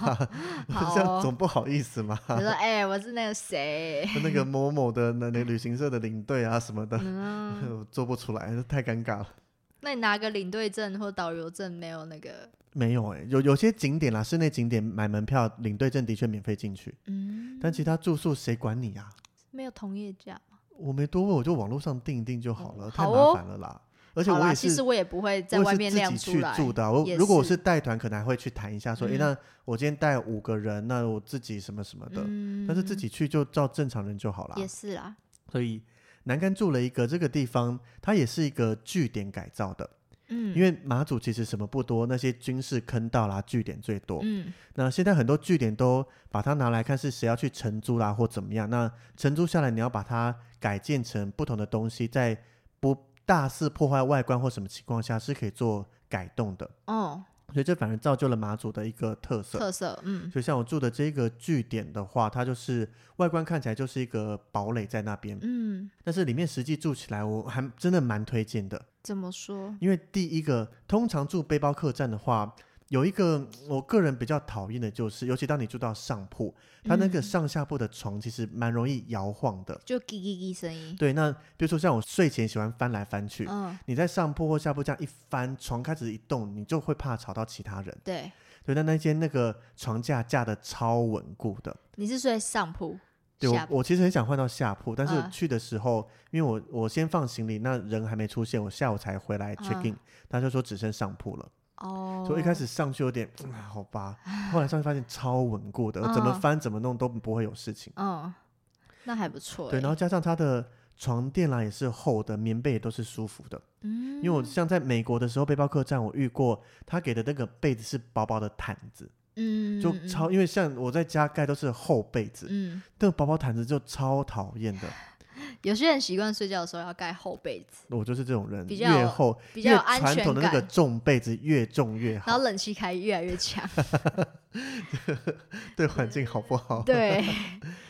[SPEAKER 1] 好哦
[SPEAKER 2] 这样总不 好意思嘛。
[SPEAKER 1] 你说，哎、我是那个谁，
[SPEAKER 2] 那个某某的那那旅行社的领队啊什么的，
[SPEAKER 1] 嗯，
[SPEAKER 2] 我做不出来，太尴尬了。
[SPEAKER 1] 那你拿个领队证或导游证没有那个？
[SPEAKER 2] 没有哎、有有些景点啦，室内景点买门票，领队证的确免费进去，
[SPEAKER 1] 嗯，
[SPEAKER 2] 但其他住宿谁管你啊？
[SPEAKER 1] 没有同业价。
[SPEAKER 2] 我没多问，我就网络上订一订就好了，
[SPEAKER 1] 哦
[SPEAKER 2] 太
[SPEAKER 1] 好哦
[SPEAKER 2] 麻烦了啦。而且
[SPEAKER 1] 好
[SPEAKER 2] 我
[SPEAKER 1] 啦
[SPEAKER 2] 也
[SPEAKER 1] 其
[SPEAKER 2] 是
[SPEAKER 1] 实我也不会在
[SPEAKER 2] 我
[SPEAKER 1] 外
[SPEAKER 2] 也
[SPEAKER 1] 面
[SPEAKER 2] 是自
[SPEAKER 1] 亮
[SPEAKER 2] 己
[SPEAKER 1] 出
[SPEAKER 2] 去
[SPEAKER 1] 来。
[SPEAKER 2] 住的啊、我
[SPEAKER 1] 也
[SPEAKER 2] 如果我
[SPEAKER 1] 是
[SPEAKER 2] 是带团，可能还会去谈一下，说，诶，
[SPEAKER 1] 嗯
[SPEAKER 2] 那我今天带五个人，那我自己什么什么的。
[SPEAKER 1] 嗯
[SPEAKER 2] 但是自己去就照正常人就好啦。
[SPEAKER 1] 也是啦，
[SPEAKER 2] 所以南竿住了一个这个地方，它也是一个据点改造的，
[SPEAKER 1] 嗯，
[SPEAKER 2] 因
[SPEAKER 1] 为
[SPEAKER 2] 为马祖其实什么不多，那些军事坑道啦据点最多。
[SPEAKER 1] 嗯
[SPEAKER 2] 那现在很多据点都把它拿来看是谁要去承租啦或怎么样。那承租下来，你要把它改建成不同的东西，在不大肆破坏外观或什么情况下是可以做改动的。
[SPEAKER 1] 哦，
[SPEAKER 2] 所以这反而造就了马祖的一个特色。
[SPEAKER 1] 特色嗯
[SPEAKER 2] 就像我住的这个据点的话，它就是外观看起来就是一个堡垒在那边，
[SPEAKER 1] 嗯，
[SPEAKER 2] 但是里面实际住起来，我还真的蛮推荐的。
[SPEAKER 1] 怎么说？
[SPEAKER 2] 因为第一个，通常住背包客栈的话，有一个嗯我个人比较讨厌的就是，尤其当你住到上铺，它那个
[SPEAKER 1] 嗯
[SPEAKER 2] 上下铺的床其实蛮容易摇晃的。
[SPEAKER 1] 就叽叽叽声音，
[SPEAKER 2] 对，那比如说像我睡前喜欢翻来翻去，
[SPEAKER 1] 嗯，
[SPEAKER 2] 你在上铺或下铺这样一翻，床开始一动，你就会怕吵到其他人。
[SPEAKER 1] 对，
[SPEAKER 2] 对，但那间那个床架架的超稳固的。
[SPEAKER 1] 你是睡上铺，
[SPEAKER 2] 对
[SPEAKER 1] 下
[SPEAKER 2] 我，
[SPEAKER 1] 铺
[SPEAKER 2] 我其实很想换到下铺，但是
[SPEAKER 1] 嗯
[SPEAKER 2] 去的时候，因为我我先放行李，那人还没出现，我下午才回来 check in，、
[SPEAKER 1] 嗯
[SPEAKER 2] 他就说只剩上铺了。
[SPEAKER 1] 哦，
[SPEAKER 2] 所以一开始上去有点、嗯、好吧，后来上去发现超稳固的，呃怎么
[SPEAKER 1] 嗯
[SPEAKER 2] 翻怎么弄都不会有事情。
[SPEAKER 1] 嗯，那还不错欸，
[SPEAKER 2] 对，然后加上它的床垫啦也是厚的，棉被也都是舒服的。
[SPEAKER 1] 嗯，
[SPEAKER 2] 因为我像在美国的时候，背包客栈我遇过，他给的那个被子是薄薄的毯子，
[SPEAKER 1] 嗯
[SPEAKER 2] 就超，因为像我在家盖都是厚被子，
[SPEAKER 1] 嗯，
[SPEAKER 2] 那个薄薄毯子就超讨厌的。
[SPEAKER 1] 嗯有些人习惯睡觉的时候要盖厚被子，
[SPEAKER 2] 我就是这种人，
[SPEAKER 1] 比较
[SPEAKER 2] 越厚
[SPEAKER 1] 比较
[SPEAKER 2] 越
[SPEAKER 1] 有安
[SPEAKER 2] 传
[SPEAKER 1] 全
[SPEAKER 2] 统的那个
[SPEAKER 1] 感
[SPEAKER 2] 重被子越重越
[SPEAKER 1] 然
[SPEAKER 2] 好
[SPEAKER 1] 后，冷气开越来 越强，
[SPEAKER 2] 对环境好不好？
[SPEAKER 1] 对，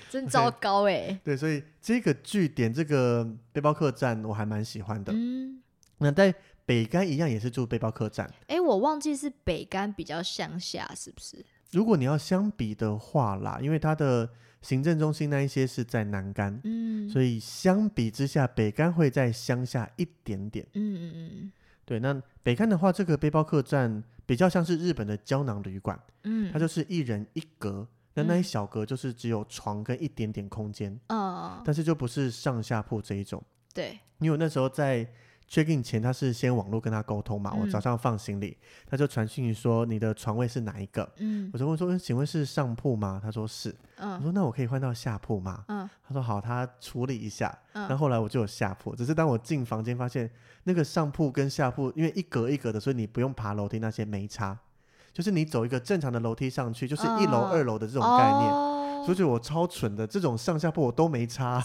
[SPEAKER 1] 真糟糕哎，
[SPEAKER 2] 对，所以这个据点这个背包客栈我还蛮喜欢的。
[SPEAKER 1] 嗯。
[SPEAKER 2] 那在北干一样也是住背包客栈，
[SPEAKER 1] 哎、我忘记是北干比较向下，是不是？
[SPEAKER 2] 如果你要相比的话啦，因为它的行政中心那一些是在南干，
[SPEAKER 1] 嗯，
[SPEAKER 2] 所
[SPEAKER 1] 以
[SPEAKER 2] 以相比之下，北干会在乡下一点点。
[SPEAKER 1] 嗯嗯嗯
[SPEAKER 2] 对，那北干的话，这个背包客栈比较像是日本的胶囊旅馆，
[SPEAKER 1] 嗯，
[SPEAKER 2] 它就是一人一格，那那一
[SPEAKER 1] 嗯
[SPEAKER 2] 小格就是只有床跟一点点空间，
[SPEAKER 1] 嗯
[SPEAKER 2] 但是就不是上下铺这一种。
[SPEAKER 1] 对，
[SPEAKER 2] 因为我那时候在 check in 前，他是先网络跟他沟通嘛，我
[SPEAKER 1] 嗯
[SPEAKER 2] 早上放行李，他就传讯息说你的床位是哪一个，
[SPEAKER 1] 嗯
[SPEAKER 2] 我就问说，嗯请问是上铺吗？他说是，我
[SPEAKER 1] 嗯
[SPEAKER 2] 说那我可以换到下铺吗？
[SPEAKER 1] 嗯
[SPEAKER 2] 他说好，他处理一下。那
[SPEAKER 1] 嗯
[SPEAKER 2] 后来我就有下铺，只是当我进房间发现那个上铺跟下铺，因为一格一格的，所以你不用爬楼梯那些没差，就是你走一个正常的楼梯上去，就是一楼、
[SPEAKER 1] 哦
[SPEAKER 2] 二楼的这种概念。
[SPEAKER 1] 哦
[SPEAKER 2] 所以我超蠢的，这种上下坡我都没 差，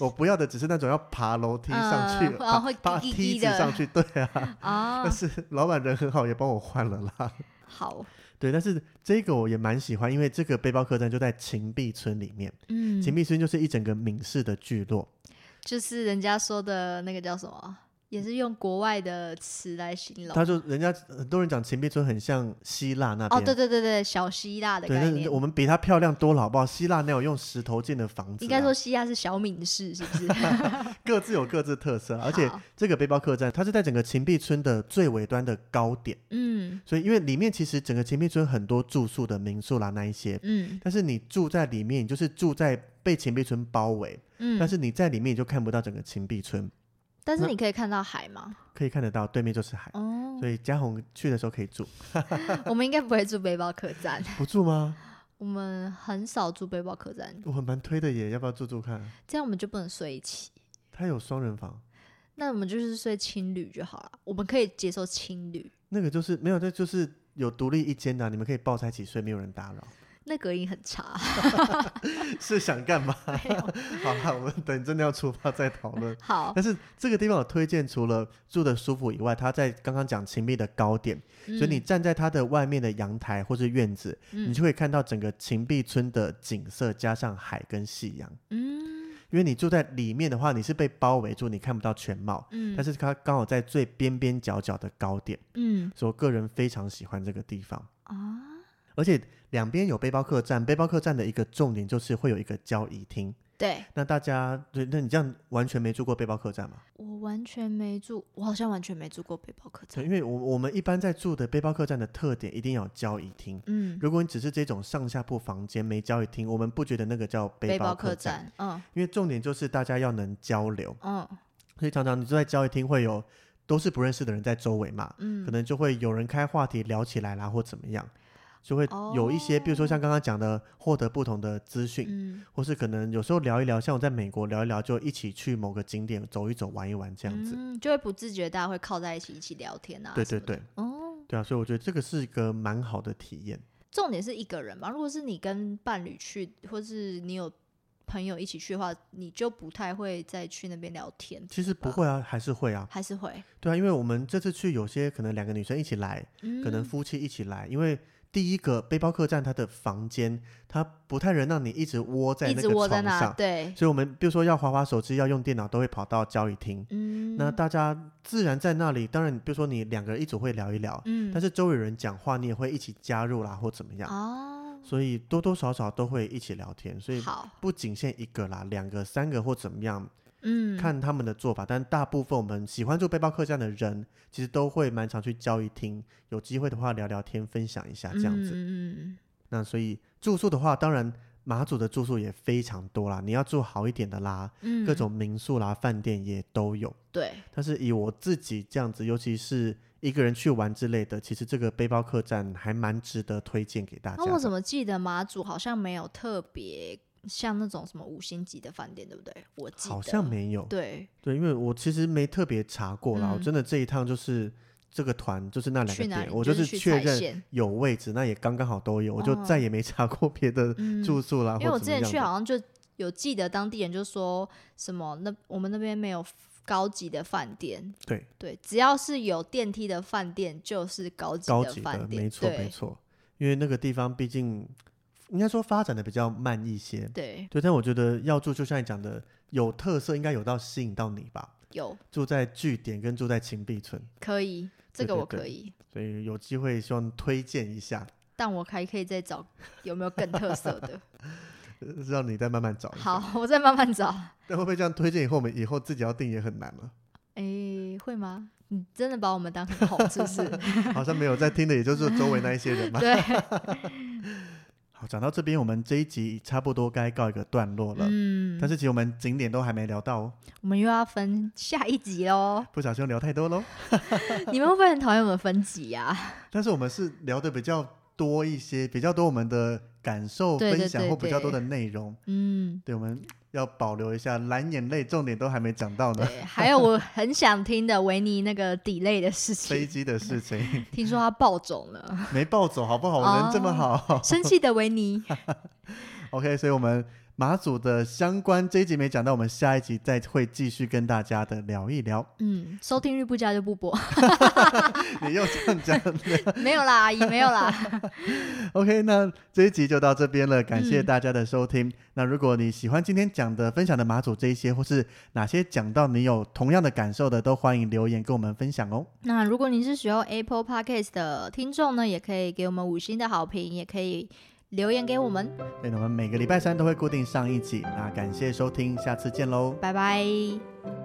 [SPEAKER 2] 我不要的只是那种要爬楼梯上去，
[SPEAKER 1] 嗯
[SPEAKER 2] 爬
[SPEAKER 1] 哦会
[SPEAKER 2] 爬
[SPEAKER 1] 滴滴
[SPEAKER 2] 梯子
[SPEAKER 1] 的
[SPEAKER 2] 上去， 对啊。
[SPEAKER 1] 啊
[SPEAKER 2] 但，是老板人很好，也帮我换了啦。
[SPEAKER 1] 好，
[SPEAKER 2] 对，但是这个我也蛮喜欢，因为这个背包客栈就在秦壁村里面。
[SPEAKER 1] 嗯，
[SPEAKER 2] 秦壁村就是一整个闽式的聚落，
[SPEAKER 1] 就是人家说的那个叫什么，也是用国外的词来形容。
[SPEAKER 2] 他就人家很多人讲秦壁村很像希腊那
[SPEAKER 1] 哦，
[SPEAKER 2] 边，
[SPEAKER 1] 对对对对，小希腊的
[SPEAKER 2] 对，
[SPEAKER 1] 概
[SPEAKER 2] 但是
[SPEAKER 1] 念
[SPEAKER 2] 我，们比它漂亮多了，好不好？希腊那有用石头建的房子、啊，
[SPEAKER 1] 应该说希腊是小闽式，是不是？
[SPEAKER 2] 各自有各自特色， 而且
[SPEAKER 1] 好
[SPEAKER 2] 这个背包客栈它是在整个秦壁村的最尾端的高点。
[SPEAKER 1] 嗯
[SPEAKER 2] 所以因为里面其实整个秦壁村很多住宿的民宿啦那一些，
[SPEAKER 1] 嗯
[SPEAKER 2] 但是你住在里面，你就是住在被秦壁村包围，
[SPEAKER 1] 嗯，
[SPEAKER 2] 但是你在里面你就看不到整个秦壁村，
[SPEAKER 1] 但是
[SPEAKER 2] 那
[SPEAKER 1] 你可以看到海吗？
[SPEAKER 2] 可以看得到对面就是海。
[SPEAKER 1] 哦，
[SPEAKER 2] 所以嘉宏去的时候可以住，
[SPEAKER 1] 我们应该不会住背包客栈，
[SPEAKER 2] 不住吗？
[SPEAKER 1] 我们很少住背包客栈，
[SPEAKER 2] 我蛮推的耶，要不要住住看？
[SPEAKER 1] 这样我们就不能睡一起。
[SPEAKER 2] 它有双人房，
[SPEAKER 1] 那我们就是睡青旅就好了，我们可以接受青旅，
[SPEAKER 2] 那个就是没有，那就是有独立一间的啊、你们可以抱在一起睡，没有人打扰。
[SPEAKER 1] 那隔音很差。
[SPEAKER 2] 是想干嘛？ 好啦，我们等真的要出发再讨论。
[SPEAKER 1] 好，
[SPEAKER 2] 但是这个地方我推荐，除了住的舒服以外，它在刚刚讲秦壁的高点，所以你站在它的外面的阳台或是院子，
[SPEAKER 1] 嗯
[SPEAKER 2] 你就会看到整个秦壁村的景色，加上海跟夕阳。
[SPEAKER 1] 嗯
[SPEAKER 2] 因为你住在里面的话，你是被包围住，你看不到全貌。
[SPEAKER 1] 嗯，
[SPEAKER 2] 但是它刚好在最边边角角的高点，
[SPEAKER 1] 嗯
[SPEAKER 2] 所以我个人非常喜欢这个地方。
[SPEAKER 1] 啊，
[SPEAKER 2] 而且两边有背包客栈，背包客栈的一个重点就是会有一个交易厅。
[SPEAKER 1] 对
[SPEAKER 2] 那大家对，那你这样完全没住过背包客栈吗？
[SPEAKER 1] 我完全没住，我好像完全没住过背包客
[SPEAKER 2] 对，
[SPEAKER 1] 栈。
[SPEAKER 2] 因为我我们一般在住的背包客栈的特点一定要有交易厅。
[SPEAKER 1] 嗯，
[SPEAKER 2] 如果你只是这种上下铺房间没交易厅，我们不觉得那个叫背
[SPEAKER 1] 背
[SPEAKER 2] 包
[SPEAKER 1] 包
[SPEAKER 2] 客
[SPEAKER 1] 客
[SPEAKER 2] 栈，
[SPEAKER 1] 栈，嗯
[SPEAKER 2] 因为重点就是大家要能交流，
[SPEAKER 1] 嗯
[SPEAKER 2] 所以常常你住在交易厅会有都是不认识的人在周围嘛，
[SPEAKER 1] 嗯，
[SPEAKER 2] 可能就会有人开话题聊起来啦，或怎么样，就会
[SPEAKER 1] 哦
[SPEAKER 2] 有一些，比如说像刚刚讲的，获得不同的资讯，
[SPEAKER 1] 嗯
[SPEAKER 2] 或是可能有时候聊一聊，像我在美国聊一聊，就一起去某个景点走一走、玩一玩这样子。
[SPEAKER 1] 嗯，就会不自觉大家会靠在一起一起聊天啊。
[SPEAKER 2] 对对，对，
[SPEAKER 1] 哦，
[SPEAKER 2] 对啊，所以我觉得这个是一个蛮好的体验。
[SPEAKER 1] 重点是一个人吧。如果是你跟伴侣去，或是你有朋友一起去的话，你就不太会再去那边聊天，
[SPEAKER 2] 其实不
[SPEAKER 1] 吧
[SPEAKER 2] 会啊，还是会啊，
[SPEAKER 1] 还是会，
[SPEAKER 2] 对啊，因为我们这次去有些可能两个女生一起来，
[SPEAKER 1] 嗯，
[SPEAKER 2] 可能夫妻一起来，因为第一个背包客栈它的房间它不太能让你一直窝在
[SPEAKER 1] 一
[SPEAKER 2] 那
[SPEAKER 1] 直
[SPEAKER 2] 个
[SPEAKER 1] 窝
[SPEAKER 2] 床
[SPEAKER 1] 在那，
[SPEAKER 2] 上，
[SPEAKER 1] 对，
[SPEAKER 2] 所以我们比如说要滑滑手机、要用电脑，都会跑到交易厅。
[SPEAKER 1] 嗯，
[SPEAKER 2] 那大家自然在那里，当然，比如说你两个人一组会聊一聊，
[SPEAKER 1] 嗯，
[SPEAKER 2] 但是周围人讲话你也会一起加入啦，或怎么样，
[SPEAKER 1] 啊，
[SPEAKER 2] 所以多多少少都会一起聊天，所以
[SPEAKER 1] 好，
[SPEAKER 2] 不仅限一个啦，两个、三个或怎么样，
[SPEAKER 1] 嗯，
[SPEAKER 2] 看他们的做法。但大部分我们喜欢住背包客栈的人，其实都会蛮常去交易厅，有机会的话聊聊天，分享一下这样子。
[SPEAKER 1] 嗯嗯
[SPEAKER 2] 那所以住宿的话，当然马祖的住宿也非常多啦，你要住好一点的啦，
[SPEAKER 1] 嗯，
[SPEAKER 2] 各种民宿啦、饭店也都有。
[SPEAKER 1] 对，
[SPEAKER 2] 但是以我自己这样子，尤其是一个人去玩之类的，其实这个背包客栈还蛮值得推荐给大家
[SPEAKER 1] 那啊我
[SPEAKER 2] 的。
[SPEAKER 1] 怎么记得马祖好像没有特别像那种什么五星级的饭店，对不对？我记得
[SPEAKER 2] 好像没有，
[SPEAKER 1] 对，
[SPEAKER 2] 对，因为我其实没特别查过啦，我
[SPEAKER 1] 嗯
[SPEAKER 2] 真的这一趟就是这个团就是那两个
[SPEAKER 1] 去哪里
[SPEAKER 2] 点，我
[SPEAKER 1] 就
[SPEAKER 2] 就是
[SPEAKER 1] 去
[SPEAKER 2] 确
[SPEAKER 1] 踩
[SPEAKER 2] 认
[SPEAKER 1] 线
[SPEAKER 2] 有位置，那也刚刚好都有，我就再也没查过别的
[SPEAKER 1] 哦嗯，
[SPEAKER 2] 住宿啦，
[SPEAKER 1] 因为我
[SPEAKER 2] 啊或
[SPEAKER 1] 之
[SPEAKER 2] 怎么样
[SPEAKER 1] 前去
[SPEAKER 2] 的。
[SPEAKER 1] 好像就有记得当地人就说什么那我们那边没有高级的饭店，
[SPEAKER 2] 对，
[SPEAKER 1] 对，只要是有电梯的饭店就是高级
[SPEAKER 2] 高
[SPEAKER 1] 的
[SPEAKER 2] 级
[SPEAKER 1] 饭
[SPEAKER 2] 的，
[SPEAKER 1] 店，
[SPEAKER 2] 没错没
[SPEAKER 1] 对
[SPEAKER 2] 错，因为那个地方毕竟应该说发展的比较慢一些，
[SPEAKER 1] 对，
[SPEAKER 2] 对，但我觉得要住，就像你讲的，有特色，应该有到吸引到你吧。
[SPEAKER 1] 有
[SPEAKER 2] 住在据点跟住在秦壁村，
[SPEAKER 1] 可以，这
[SPEAKER 2] 对
[SPEAKER 1] 个
[SPEAKER 2] 对
[SPEAKER 1] 我
[SPEAKER 2] 对
[SPEAKER 1] 可以，
[SPEAKER 2] 所以有机会希望推荐一下。
[SPEAKER 1] 但我还可以再找有没有更特 色的。
[SPEAKER 2] 呃让你再慢慢找一下。
[SPEAKER 1] 好，我再慢慢找。
[SPEAKER 2] 但会不会这样推荐以后，我们以后自己要定也很难了？
[SPEAKER 1] 诶，会吗？你真的把我们当很红是不是？
[SPEAKER 2] 好像没有在听的，也就是周围那一些人嘛。
[SPEAKER 1] 对，
[SPEAKER 2] 好，讲到这边，我们这一集差不多该告一个段落了。
[SPEAKER 1] 嗯
[SPEAKER 2] 但，是其实我们景点都还没聊到哦，
[SPEAKER 1] 我们又要分下一集喽。
[SPEAKER 2] 不小心聊太多喽。
[SPEAKER 1] 你们会不会很讨厌我们分啊集呀、
[SPEAKER 2] 但是我们是聊的比较多一些，比较多我们的感受
[SPEAKER 1] 对对
[SPEAKER 2] 分享
[SPEAKER 1] 对
[SPEAKER 2] 或比较
[SPEAKER 1] 对
[SPEAKER 2] 多的内容。
[SPEAKER 1] 嗯，
[SPEAKER 2] 对，我们要保留一下蓝眼泪，重点都还没讲到 呢。
[SPEAKER 1] 对。还有我很想听的维尼那个 delay 的事
[SPEAKER 2] 飞
[SPEAKER 1] 情，
[SPEAKER 2] 机的事情
[SPEAKER 1] 听说他暴走了，
[SPEAKER 2] 没抱走，好不好？
[SPEAKER 1] 哦
[SPEAKER 2] 我人这么好。
[SPEAKER 1] 生气的维尼。
[SPEAKER 2] OK，所以我们马祖的相关这一集没讲到，我们下一集再会继续跟大家的聊一 聊。
[SPEAKER 1] 嗯，收听率不佳就不播，
[SPEAKER 2] 你又这样讲
[SPEAKER 1] 没有啦，阿姨没 有啦。
[SPEAKER 2] ，OK，那这一集就到这边了，感谢
[SPEAKER 1] 嗯
[SPEAKER 2] 大家的收听。那如果你喜欢今天讲的、分享的马祖这一些，或是哪些讲到你有同样的感受的，都欢迎留言跟我们分享哦。
[SPEAKER 1] 那如果你是使用 Apple Podcast 的听众呢，也可以给我们五星的好评，也可以留言给我们，
[SPEAKER 2] 对，那我们每个礼拜三都会固定上一集，那感谢收听，下次见喽。
[SPEAKER 1] 拜拜。